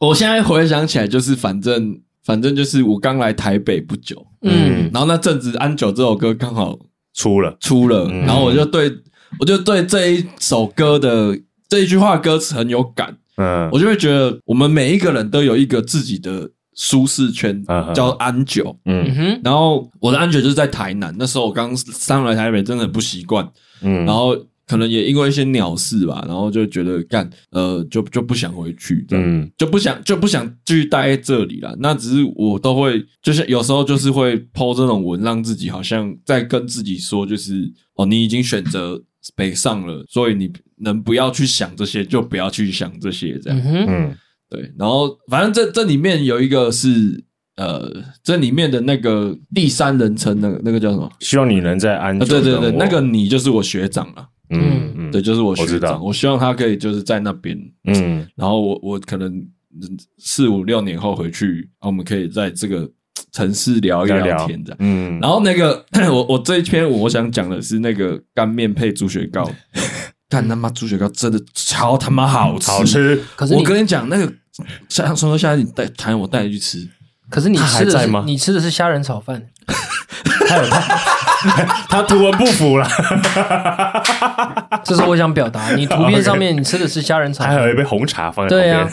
我现在回想起来，就是反正反正就是我刚来台北不久，嗯嗯，然后那阵子《安久》这首歌刚好出了，出了，嗯然后我就对我就对这一首歌的这一句话的歌词很有感，嗯我就会觉得我们每一个人都有一个自己的舒适圈嗯，叫安久。嗯嗯哼，然后我的安久就是在台南，那时候我刚上来台北，真的很不习惯，嗯，然后可能也因为一些鸟事吧，然后就觉得干呃就就不想回去，这样嗯就不想就不想继续待在这里了。那只是我都会，就是有时候就是会抛这种文，让自己好像在跟自己说，就是哦，你已经选择北上了，所以你能不要去想这些，就不要去想这些，这样、嗯哼，嗯对。然后反正这这里面有一个是呃，这里面的那个第三人称那个那个叫什么？希望你能在安啊，久对对等对，我那个你就是我学长了，嗯嗯对，就是我学我知道长。我希望他可以就是在那边嗯然后我我可能嗯四五六年后回去，然后我们可以在这个城市聊一聊聊聊天这样。嗯，然后那个我我这一篇我想讲的是那个干面配猪血糕， 干他妈猪血糕真的超他妈好吃，好。吃，可是我你跟你讲，那个下上说下次你带谈我带你去吃，可是你他还吃的在是吗你吃的是虾仁炒饭，他有他他图文不符啦，这是我想表达。你图片上面你吃的是虾仁炒他 饭，还有一杯红茶放在对旁呀。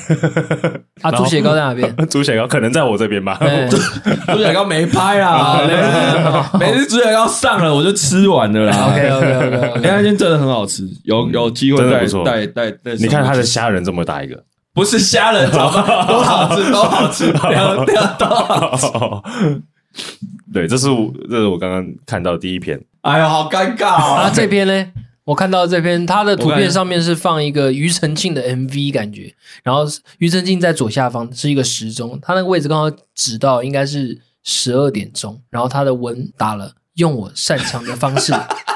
啊，然后猪血糕在哪边？边。 猪血糕可能在我这边吧，哎猪血糕没拍啊， 每次猪血糕上了我就吃完了 啦。嗯 OK OK OK 哎那家 OK，店真的很好吃，有有机会真的再不错带带带。你看他的虾仁这么大一个，不是虾仁炒 饭，都好吃，都好 吃，两两都好吃。 对，这是我这是我刚刚看到第一篇，哎呦，好尴尬 啊，啊！这篇呢？我看到这篇，它的图我看片上面是放一个庾澄庆的 MV 感觉，然后庾澄庆在左下方是一个时钟，他那个位置刚好指到应该是十二点钟，然后他的文打了“用我擅长的方式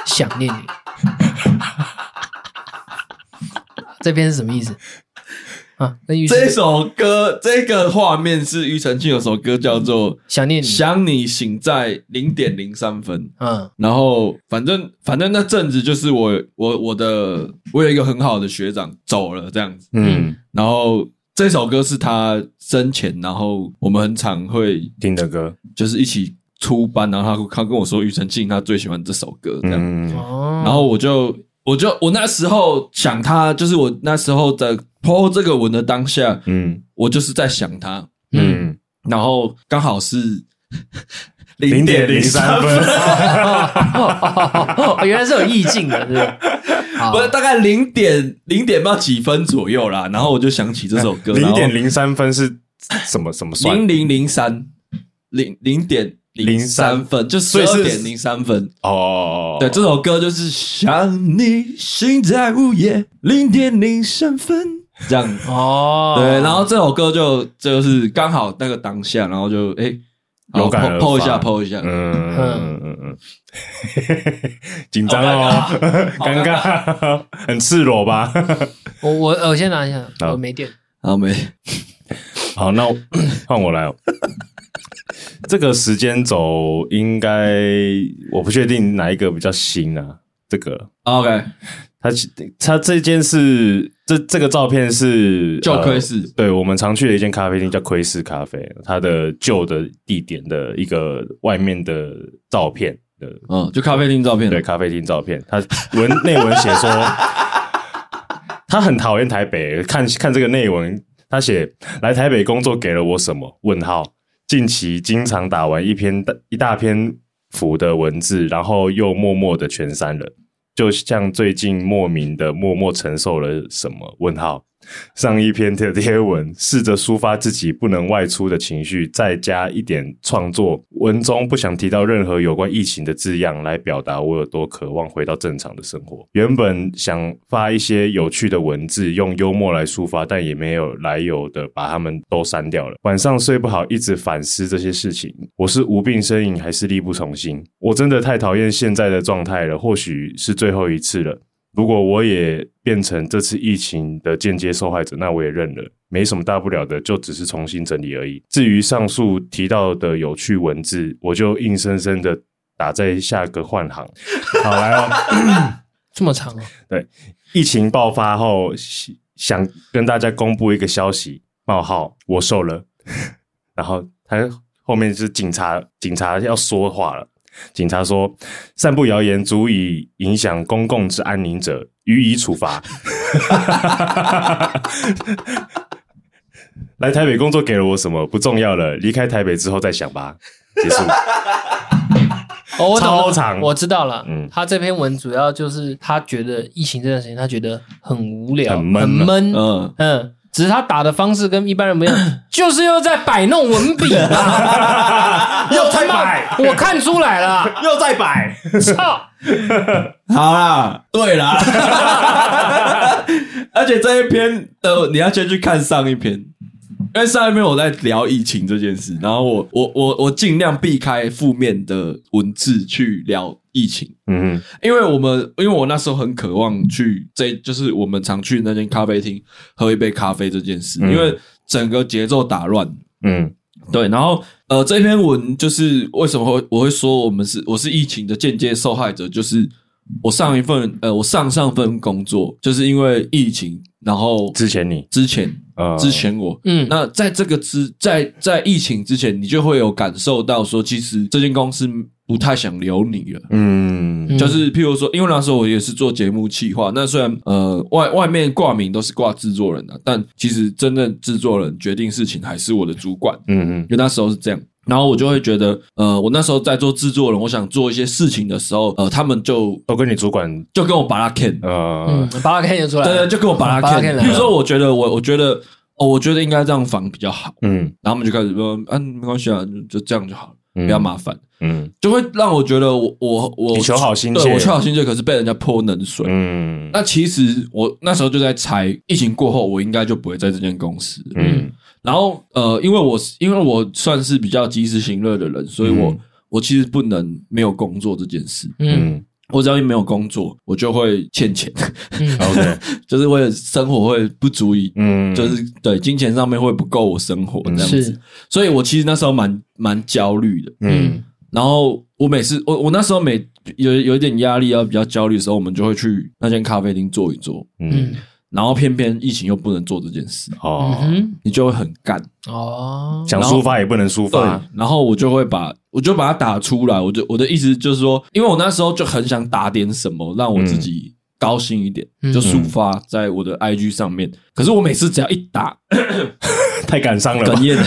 想念你”， 这篇是什么意思啊？那庾澄这首歌这个画面是庾澄庆有首歌叫做《想念你，想你醒在零点零三分》。嗯然后反正反正那阵子就是我我我的我有一个很好的学长走了这样子，嗯，然后这首歌是他生前，然后我们很常会听的歌，就是一起出班，然后他他跟我说庾澄庆他最喜欢这首歌这样，嗯哦，然后我就我就我那时候想他，就是我那时候在 po 这个文的当下，嗯我就是在想他，嗯，嗯，然后刚好是 零零点点零零三三分。分， 哦原来是有意境的，对吧？ 不是大概零点零点到几分左右啦，然后我就想起这首歌，零点零三分是什么什么算？零零零三零零点零三分，就所十以是二点零三分。哦，对，这首歌就是想你醒在午夜零点零三分这样。哦，对，然后这首歌就就是刚好那个当下，然后就哎，有好感而 po po 一下发 po 一下，嗯嗯嗯嗯 嗯，紧张哦， 尴尬，很赤裸吧？我我呃我先拿一下，好我没电。好没？好， 那我换我来哦。这个时间轴应该我不确定哪一个比较新啊。这个 OK，它其它这件是这这个照片是旧呃窥视对我们常去的一间咖啡厅叫窥视咖啡，它的旧的地点的一个外面的照片的嗯，就咖啡厅照片，对，咖啡厅照片，他文 内文写说，他很讨厌台北。看看这个内文，他写来台北工作给了我什么？问号。近期经常打完一篇一大篇幅的文字，然后又默默的全删了，就像最近莫名的默默承受了什么？问号。上一篇的贴文，试着抒发自己不能外出的情绪，再加一点创作。文中不想提到任何有关疫情的字样，来表达我有多渴望回到正常的生活。原本想发一些有趣的文字，用幽默来抒发，但也没有来由的把它们都删掉了。晚上睡不好，一直反思这些事情。我是无病呻吟，还是力不从心？我真的太讨厌现在的状态了，或许是最后一次了。如果我也变成这次疫情的间接受害者，那我也认了，没什么大不了的，就只是重新整理而已。至于上述提到的有趣文字，我就硬生生的打在下个换行。好来哦，这么长哦，疫情爆发后，想跟大家公布一个消息：冒号我瘦 了。然后他后面是警察，警察要说话了。警察说，散布谣言足以影响公共之安宁者，予以处罚。 来台北工作给了我什么不重要了，离开台北之后再想吧。结束。哦，我懂了超长我知道了。嗯他这篇文主要就是他觉得疫情这段时间，他觉得很无聊，很很闷啊闷嗯，嗯，只是他打的方式跟一般人不一 样，就是又在摆弄文笔嘛。 又再摆，妈我看出来了，又再摆。操！好啦，对啦，而且这一篇的你要先去看上一篇，因为上一篇我在聊疫情这件事，然后我我我我尽量避开负面的文字去聊疫情， 嗯因为我们因为我那时候很渴望去这就是我们常去那间咖啡厅喝一杯咖啡这件事，嗯因为整个节奏打乱，嗯对，然后呃，这篇文就是为什么会我会说我们是我是疫情的间接受害者，就是我上一份呃我上上份工作就是因为疫情，然后之前你之前嗯之前我，嗯那在这个之在在疫情之前，你就会有感受到说，其实这间公司不太想留你了。嗯嗯就是譬如说，因为那时候我也是做节目企划，那虽然呃外外面挂名都是挂制作人的、啊但其实真正制作人决定事情还是我的主管，嗯嗯因为那时候是这样。然后我就会觉得，呃，我那时候在做制作人，我想做一些事情的时候，呃，他们就都哦跟你主管就跟我把他 can，呃嗯，把它看得出来，对对，就跟我把他把他 can。来譬如说，我觉得我我觉得哦，我觉得应该这样防比较好，嗯然后他们就开始说，嗯、没关系啊，就就这样就好了，嗯不要麻烦，嗯就会让我觉得我我我你求好心切对我求好心切，可是被人家泼冷水。嗯那其实我那时候就在猜，疫情过后我应该就不会在这间公司。嗯然后呃，因为我是因为我算是比较及时行乐的人，所以我、嗯我其实不能没有工作这件事。嗯嗯我只要一没有工作，我就会欠钱， 嗯，OK，就是为了生活会不足以，嗯，就是对金钱上面会不够我生活这样子。是所以我其实那时候蛮蛮焦虑的。嗯然后我每次我我那时候每有有一点压力要比较焦虑的时候，我们就会去那间咖啡厅坐一坐。嗯嗯然后偏偏疫情又不能做这件事，嗯哦，哼你就会很干。哦，想抒发也不能抒发，然后我就会把我就把它打出来。我就我的意思就是说，因为我那时候就很想打点什么让我自己高兴一点，嗯就抒发在我的 IG 上面。可是我每次只要一打太感伤了吧哽？咽，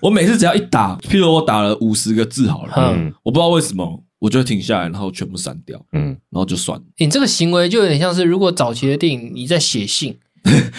我每次只要一打，譬如我打了五十个字好了，嗯我不知道为什么我就会停下来，然后全部删掉，嗯然后就算了。你这个行为就有点像是，如果早期的电影你在写 信，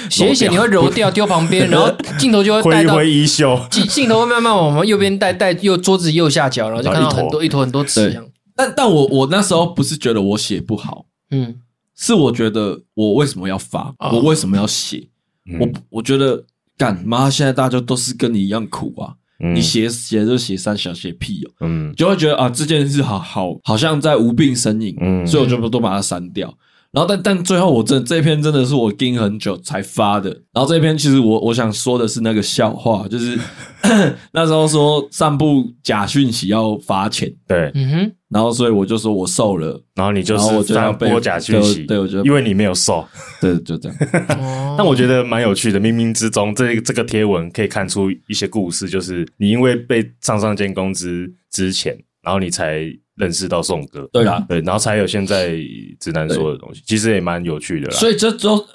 写一写你会揉掉丢旁 边，然后镜头就会带挥一到挥衣袖，镜镜头会慢慢往我们右边带带右桌子右下角，然后就看到很多一坨很多纸一样。但但我我那时候不是觉得我写不好，嗯是我觉得我为什么要发，哦我为什么要写？啊嗯我我觉得干妈现在大家都是跟你一样苦啊，嗯你写写就写三小写屁哦，嗯就会觉得啊这件事好好好像在无病呻吟，嗯所以我就都把它删掉。然后但但最后我真的这篇真的是我盯很久才发的。然后这篇其实我我想说的是那个笑话，就是 那时候说散布假讯息要罚钱，对，嗯哼，然后所以我就说我瘦了，然后你就然后我是就要散被播假讯息，对我对我觉得因为你没有瘦，对，就这样。哦但我觉得蛮有趣的，冥冥之中，这这个贴文可以看出一些故事，就是你因为被上上间公司之前，然后你才认识到宋哥，嗯对啦对，然后才有现在直男说的东西，其实也蛮有趣的啦。所以这周，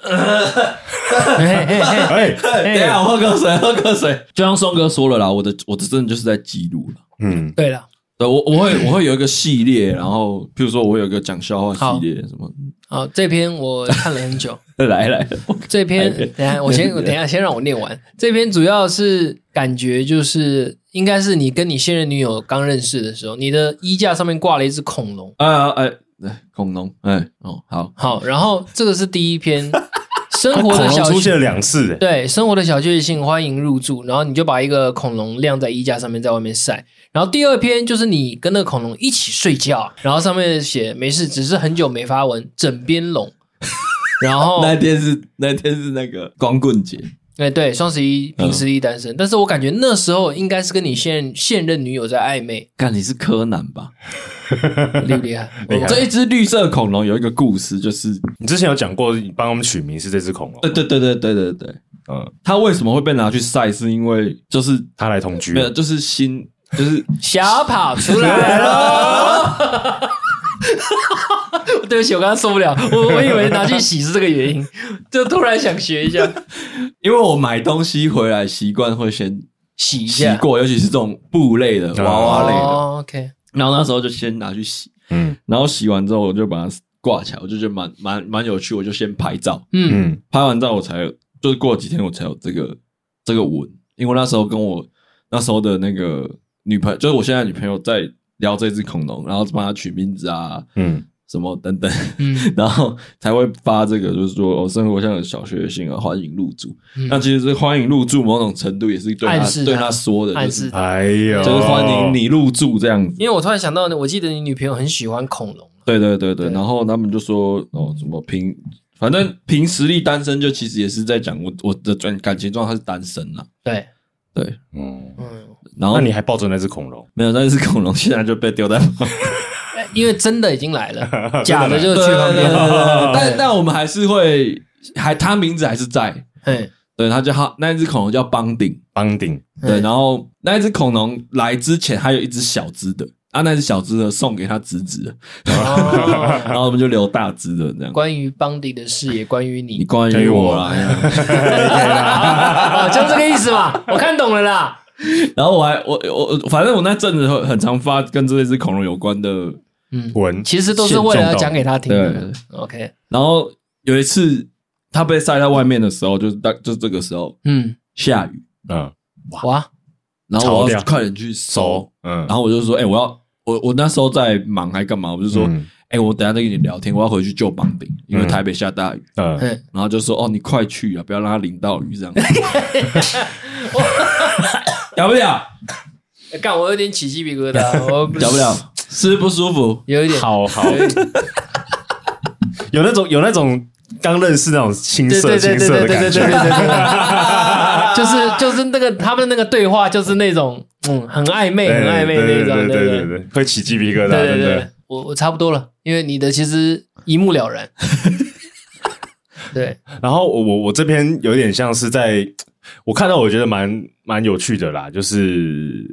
嘿嘿 嘿哎，等一下我喝口水，喝口水。就像松哥说了啦，我的我的真的就是在记录了。嗯对了，对我我 会我会有一个系列，然后譬如说我会有一个讲笑话系列什么，好，这篇我看了很久。 来来， 这篇哎等一下我先等一下先让我念完。这篇主要是感觉就是应该是你跟你现任女友刚认识的时候，你的衣架上面挂了一只恐龙。啊哎哎，恐龙，哎哦好，好，然后这个是第一 篇，生恐活的龙小出现了确两次，哎对生活的小确幸，欢迎入住。然后你就把一个恐龙晾在衣架上面，在外面晒。然后第二篇就是你跟那个恐龙一起睡觉，然后上面写没事，只是很久没发文，枕边龙。然 后那天是那天是那个光棍节，哎，对，双十一凭实力单身，但是我感觉那时候应该是跟你现现任女友在 暧昧，看你是柯南吧？厉不厉害？厉害这一只绿色恐龙有一个故事，就是你之前有讲过，你帮我们取名是这只恐龙，对对对对对对对，嗯，它为什么会被拿去晒？是因为就是它来同居没，有就是新就是小跑出来了。 对不起，我刚刚受不了，我我以为拿去洗是这个原 因，就突然想学一下因为我买东西回来习惯会先洗一洗下。过，尤其是这种布类的、嗯娃娃类的，哦，OK，然后那时候就先拿去洗，嗯然后洗完之后我就把它挂起来，我就觉得蛮蛮蛮有趣，我就先拍照，嗯嗯拍完照我才有就是过了几天我才有这个这个文，因为那时候跟我那时候的那个女朋友，就是我现在的女朋友在聊这只恐龙，然后帮它取名字啊嗯什么等等，嗯然后才会发这个，就是说哦，生活像有小学性啊，欢迎入住。嗯那其实这欢迎入住某种程度也是对他暗示他对他说的，暗就是示，哎呦，就是欢迎，你入住这样子。因为我突然想到，我记得你女朋友很喜欢恐龙，啊对对对对，对然后他们就说哦，什么凭反正凭实力单身，就其实也是在讲我我的感感情状态是单身啦。对，对，嗯，嗯，然后那你还抱着那只恐龙，没有，但是恐龙现在就被丢在旁边哎因为 真的已经来了，假的就去旁 对对对对边对对了，但但我们还是会还他名字还是在，哎，对，它叫它那一只恐龙叫邦顶，帮顶对，嗯然后那一只恐龙来之前还有一只小只的，啊，那只小只的送给他侄子 了，哦然后我们就留大只的这样。关于邦迪的事也关于你你，关于我啊啦， 哦，就是这个意思嘛，我看懂了啦。然后我还我我我反正我那阵子很常发跟这只恐龙有关的嗯，文其实都是为了要讲给他听的对。 OK，然后有一次，它被晒在外面的时候，就是大就是这个时候嗯，下雨，嗯哇，然后我潮要掉快点去收，嗯，然后我就说，哎、我要我我那时候在忙还干嘛？我就说，哎、嗯我等一下再跟你聊天，我要回去救邦饼，因为台北下大雨。嗯嗯，然后就说，哦，你快去啊，不要让它淋到雨这 样。咬不咬？哎干，我有点起鸡皮疙瘩，我咬不咬？是不是不舒服？有一点，好好有那种有那种刚认识那种青对涩对对青对对涩的对对对感对觉，对，就是就是那个他们那个对话，就是那种嗯，很暧昧，很暧昧那种，对对对对，会起鸡皮疙瘩，对对真对的。，我我差不多了，因为你的其实一目了然。对，然后我我我这边有点像是在，我看到我觉得蛮蛮有趣的啦，就是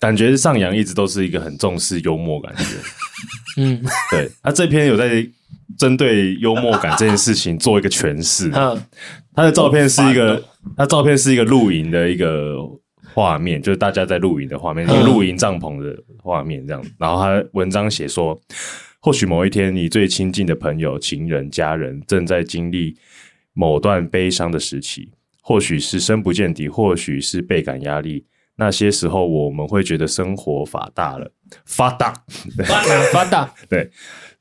感觉上扬一直都是一个很重视幽默感的人。嗯对，他这篇有在针对幽默感这件事情做一个诠释。嗯他的照片是一个，他照片是一个露营的一个画面，就是大家在露营的画面，一个露营帐篷的画面这样。然后他文章写说，或许某一天，你最亲近的朋友、情人、家人正在经历某段悲伤的时期，或许是深不见底，或许是倍感压力。那些时候，我们会觉得生活发大了，发大。发大，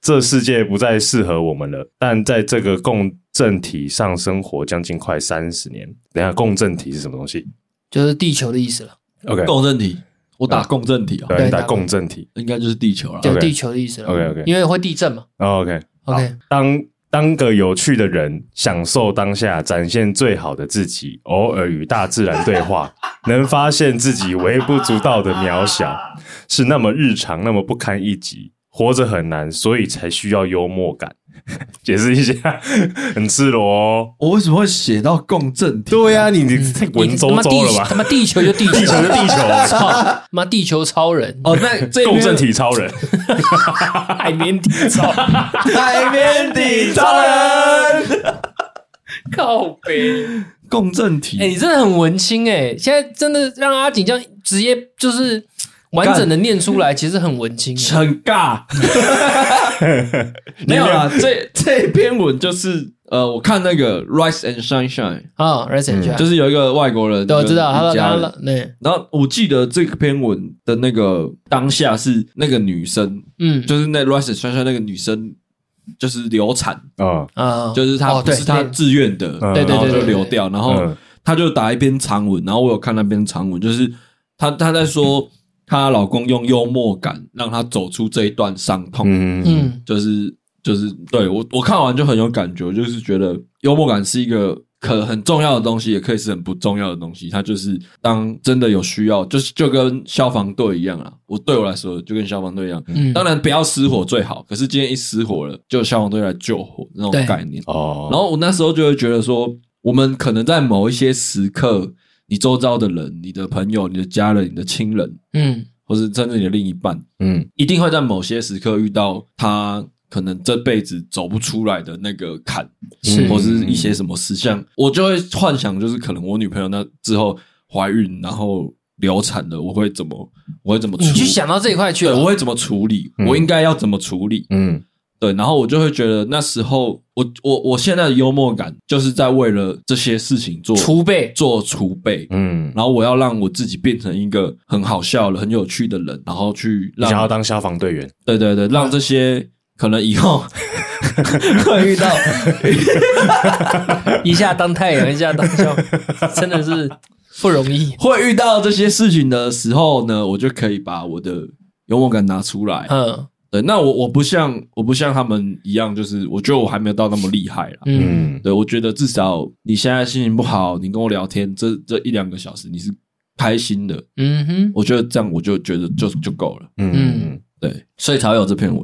这世界不再适合我们了，但在这个共振体上生活将近快三十年。等一下，共振体是什么东西就是地球的意思了， ？OK，共振体，我打共振体啊、对，对你打打共振体。应该就是地球了。就 OK 地球的意思了。 OK，OK 因为会地震嘛。哦 OK， OK，嗯当当个有趣的人，享受当下，展现最好的自己，偶尔与大自然对 话，能发现自己微不足道的渺小，是那么日常，那么不堪一击。活着很难，所以才需要幽默感。 解释一下，很赤裸哦。我为什么会写到共振体？对呀、你你太 文绉你他妈绉了地吧？他妈地球就地球，地球就地球操，妈地球超人，哦，那 这共边振体超人，海绵体超海绵体超人， 靠北。共振体。哎，你真的很文青哎！现在真的让阿景这样直接就是完整的念出来，其实很文青欸。很尬，没有啦，这这篇文就是呃，我看那个《Rise and Sunshine 啊 r e s》，嗯就是是有一个外国人，对，我知道，他一家他人他对，然后我记得这篇文的那个当下是那个女生，嗯，就是那《Rise and Sunshine》那个女生就是流产，啊，啊，就是她哦不对是她对自愿的，对对然后对就对流掉，然后嗯她就打一篇长文，然后我有看那篇长文，就是她她在说她老公用幽默感让她走出这一段伤痛，嗯嗯嗯就是就是对我我看完就很有感觉，我就是觉得幽默感是一个可很重要的东西，也可以是很不重要的东西。它就是当真的有需要，就是就跟消防队一样啊。我对我来说就跟消防队一样，嗯，当然不要失火最好。可是今天一失火了，就有消防队来救火那种对概念。哦，嗯然后我那时候就会觉得说，我们可能在某一些时刻，你周遭的人、你的朋友、你的家人、你的亲人，嗯或是甚至你的另一半，嗯一定会在某些时刻遇到他可能这辈子走不出来的那个坎，是嗯或是一些什么事项，我就会幻想，就是可能我女朋友那之后怀孕，然后流产了，我会怎么，我会怎么处理？你去想到这一块去对，了，我会怎么处理？嗯我应该要怎么处理？嗯对，然后我就会觉得那时候，我我我现在的幽默感，就是在为了这些事情做储备，做储备。嗯，然后我要让我自己变成一个很好笑的、很有趣的人，然后去你让想要当消防队员，对对对，让这些可能以后 会遇到， 一下当太阳，一下当笑，真的是不容易。会遇到这些事情的时候呢，我就可以把我的幽默感拿出来。嗯对，那我我不像我不像他们一样，就是我觉得我还没有到那么厉害啦。嗯，嗯对，我觉得至少你现在心情不好，你跟我聊天这这一两个小时你是开心的，嗯哼，我觉得这样我就觉得就就够了。嗯对，所以才会有这篇文。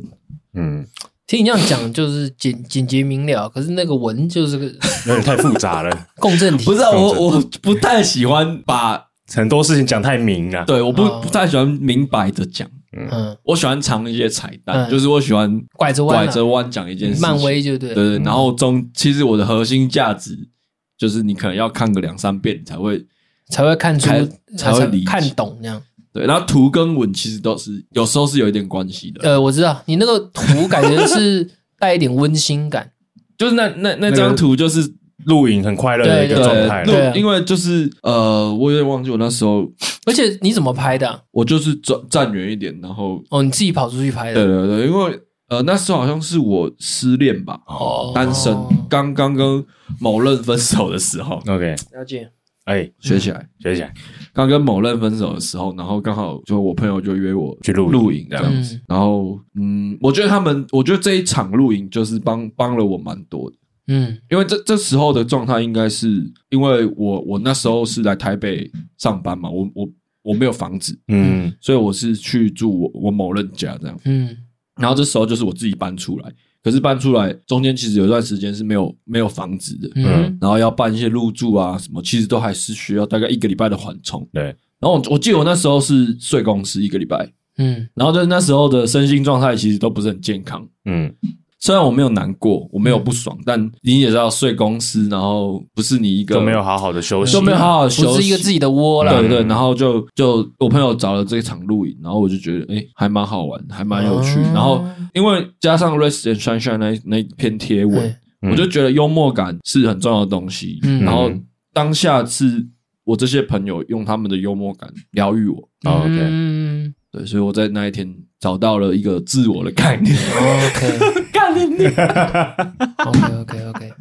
嗯听你这样讲就是简简洁明了，可是那个文就是个有点太复杂 了，共振体不是、啊、这样我子我不太喜欢把，很多事情讲太明啊了。对，我不、哦不太喜欢明摆着讲，嗯，我喜欢藏一些彩蛋，嗯就是我喜欢拐着弯啊拐着弯讲一件事情。漫威就对对了，对，然后中其实我的核心价值就是你可能要看个两三遍你才会才会看出才才会理解看懂这样。对，然后图跟文其实都是有时候是有一点关系的，呃，我知道你那个图感觉 是带一点温馨感，就是那那那那张个图就是露营很快乐的一个对状态对，了，对啊录因为就是呃，我有点忘记我那时候而且你怎么拍的啊、我就是站站远一点，然后哦，你自己跑出去拍对的，对对，因为呃那时候好像是我失恋吧，哦，单身哦，刚刚跟某任分手的时候 OK，了解，哎，学起来，学起来，刚跟某任分手的时候，然后刚好就我朋友就约我去露营露营这样子嗯，然后嗯，我觉得他们，我觉得这一场露营就是帮帮了我蛮多的。嗯因为这这时候的状态应该是因为我我那时候是来台北上班嘛，我我我没有房子，嗯所以我是去住我我某人家这样。嗯然后这时候就是我自己搬出来，可是搬出来中间其实有一段时间是没有没有房子的，嗯然后要办一些入住啊什么，其实都还是需要大概一个礼拜的缓冲。对，然后我我记得我那时候是睡公司一个礼拜，嗯然后就是那时候的身心状态其实都不是很健康。嗯，虽然我没有难过，我没有不爽，但你也知道睡公司，然后不是你一个都没有好好的休息，都没有好好休息，不是一个自己的窝啦，对对，嗯然后就就我朋友找了这一场录影，然后我就觉得哎、诶还蛮好玩，还蛮有趣。哦然后因为加上 Rest and Sunshine 那那一篇贴文，对嗯我就觉得幽默感是很重要的东西。嗯然后当下是我这些朋友用他们的幽默感疗愈我，哦，OK 嗯对，所以我在那一天找到了一个自我的概念。 ，OK，OK OK OK，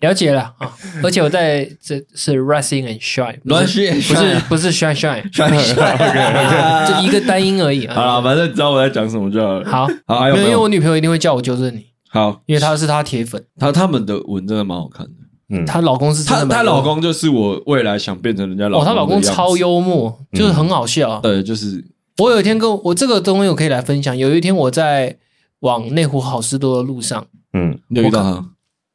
了解了啊！而且我在这是 Rising and Shine，不是 Rising and 不 Shine 啊是不是 Shine Shine，就 好一个单音而已啊。了，反正你知道我在讲什么就好了。好，好，还有没没有，因为有我？女朋友一定会叫我纠正你，好，因为她是她铁粉，她他们的文真的蛮好看的。嗯她老公是真她的蛮她老公就是我未来想变成人家老哦，公，她老公超，幽默，就是很好笑啊。对，就是我有一天跟我这个东西我可以来分享，有一天我在往内湖好事多的路上嗯你有遇到他，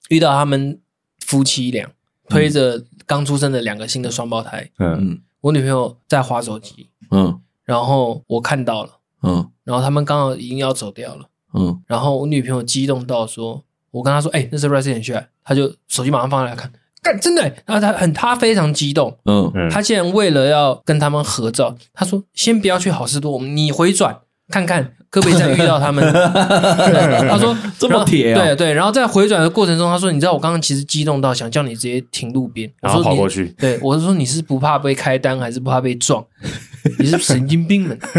遇到他们夫妻俩推着刚出生的两个新的双胞胎，嗯嗯我女朋友在划手机，嗯然后我看到了。嗯然后他们刚好已经要走掉了，嗯，然后我女朋友激动到说，我跟她说，哎、那是 Resident 去，她就手机马上放下来看，干真的、欸，然后她很她非常激动，嗯嗯，她竟然为了要跟他们合照，她说先不要去好事多，我们你回转看看。可不可以再遇到他们？ 对她说这么铁啊然后对对。然后在回转的过程中，她说：“你知道我刚刚其实激动到想叫你直接停路边，我然后说跑你过去，对，我是说你是不怕被开单，还是不怕被撞？你是神经病们。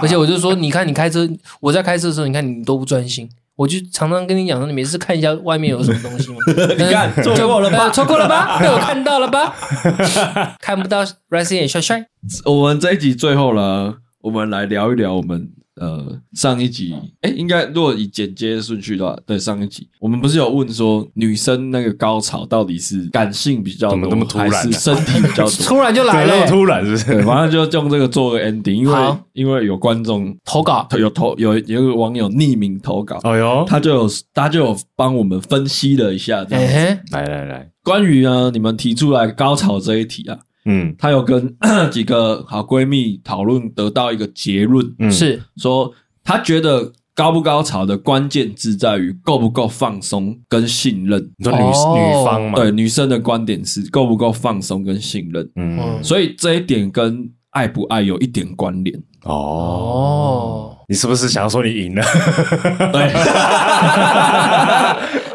而且我就说，你看你开车，我在开车的时候，你看你都不专心。我就常常跟你讲说，你每次看一下外面有什么东西嘛。 你看错过了吧错过了吧？被我看到了吧？看不到 rising 也帅帅。我们这一集最后了，我们来聊一聊我们呃上一集，哎、应该如果以剪接顺序的话，对上一集我们不是有问说女生那个高潮到底是感性比较怎么多，那么突然啊还是身体比较 多？突然就来对，那么了、突然是不对，是？反正就用这个做个 ending，因为好因为有观众投稿，有投有有一个网友匿名投稿，哦哟，他就有他就有帮我们分析了一下这样子哎、来来来，关于呢你们提出来高潮这一题啊，嗯她有跟 几个好闺蜜讨论，得到一个结论，嗯，是说她觉得高不高潮的关键字在于够不够放松跟信任。你说女哦女方嘛，对，女生的观点是够不够放松跟信任，嗯所以这一点跟爱不爱有一点关 联。哦，哦，你是不是想要说你赢了？对，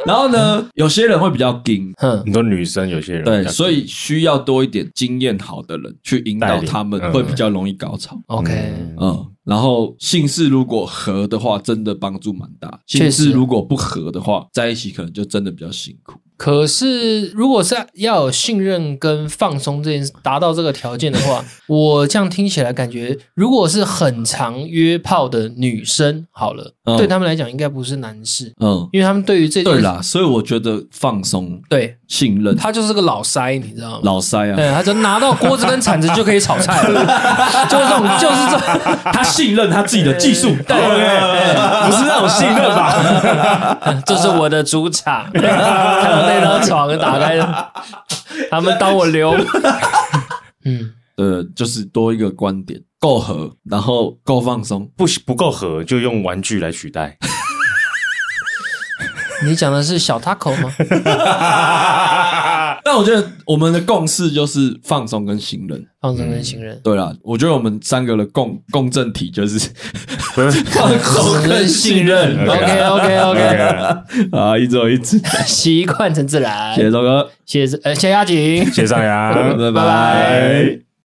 然后呢，有些人会比较硬，哼，很多女生有些人对，比较所以需要多一点经验好的人去引带导领他们，嗯会比较容易高潮。 OK，、嗯嗯，然后姓氏如果合的话，真的帮助蛮大；确姓实氏如果不合的话，在一起可能就真的比较辛苦。可是如果是要有信任跟放松这件事达到这个条件的话， 我这样听起来感觉，如果是很常约炮的女生，好了，嗯对他们来讲应该不是难事，嗯，因为他们对于这件对啦，所以我觉得放松、对信任、他就是个老塞，你知道吗？老塞啊，对，他就拿到锅子跟铲子就可以炒菜 了，就是这种，就是这种。他信任他自己的技 术，对不是那种信任吧？这是我的主 场，看到那张床打开，他们当我 流。嗯，呃，就是多一个观点，够合，然后够放松， 不不够合，就用玩具来取 代。 你讲的是小 taco 吗？但我觉得我们的共识就是放松跟信任。放松跟信任，对啦，我觉得我们三个的共共振体就是不是 放松跟信 任。 OK OK OK， OK，啊，一周一次，习惯成自然谢。谢周哥，谢谢，呃，谢谢阿景。谢谢上阳，拜拜拜。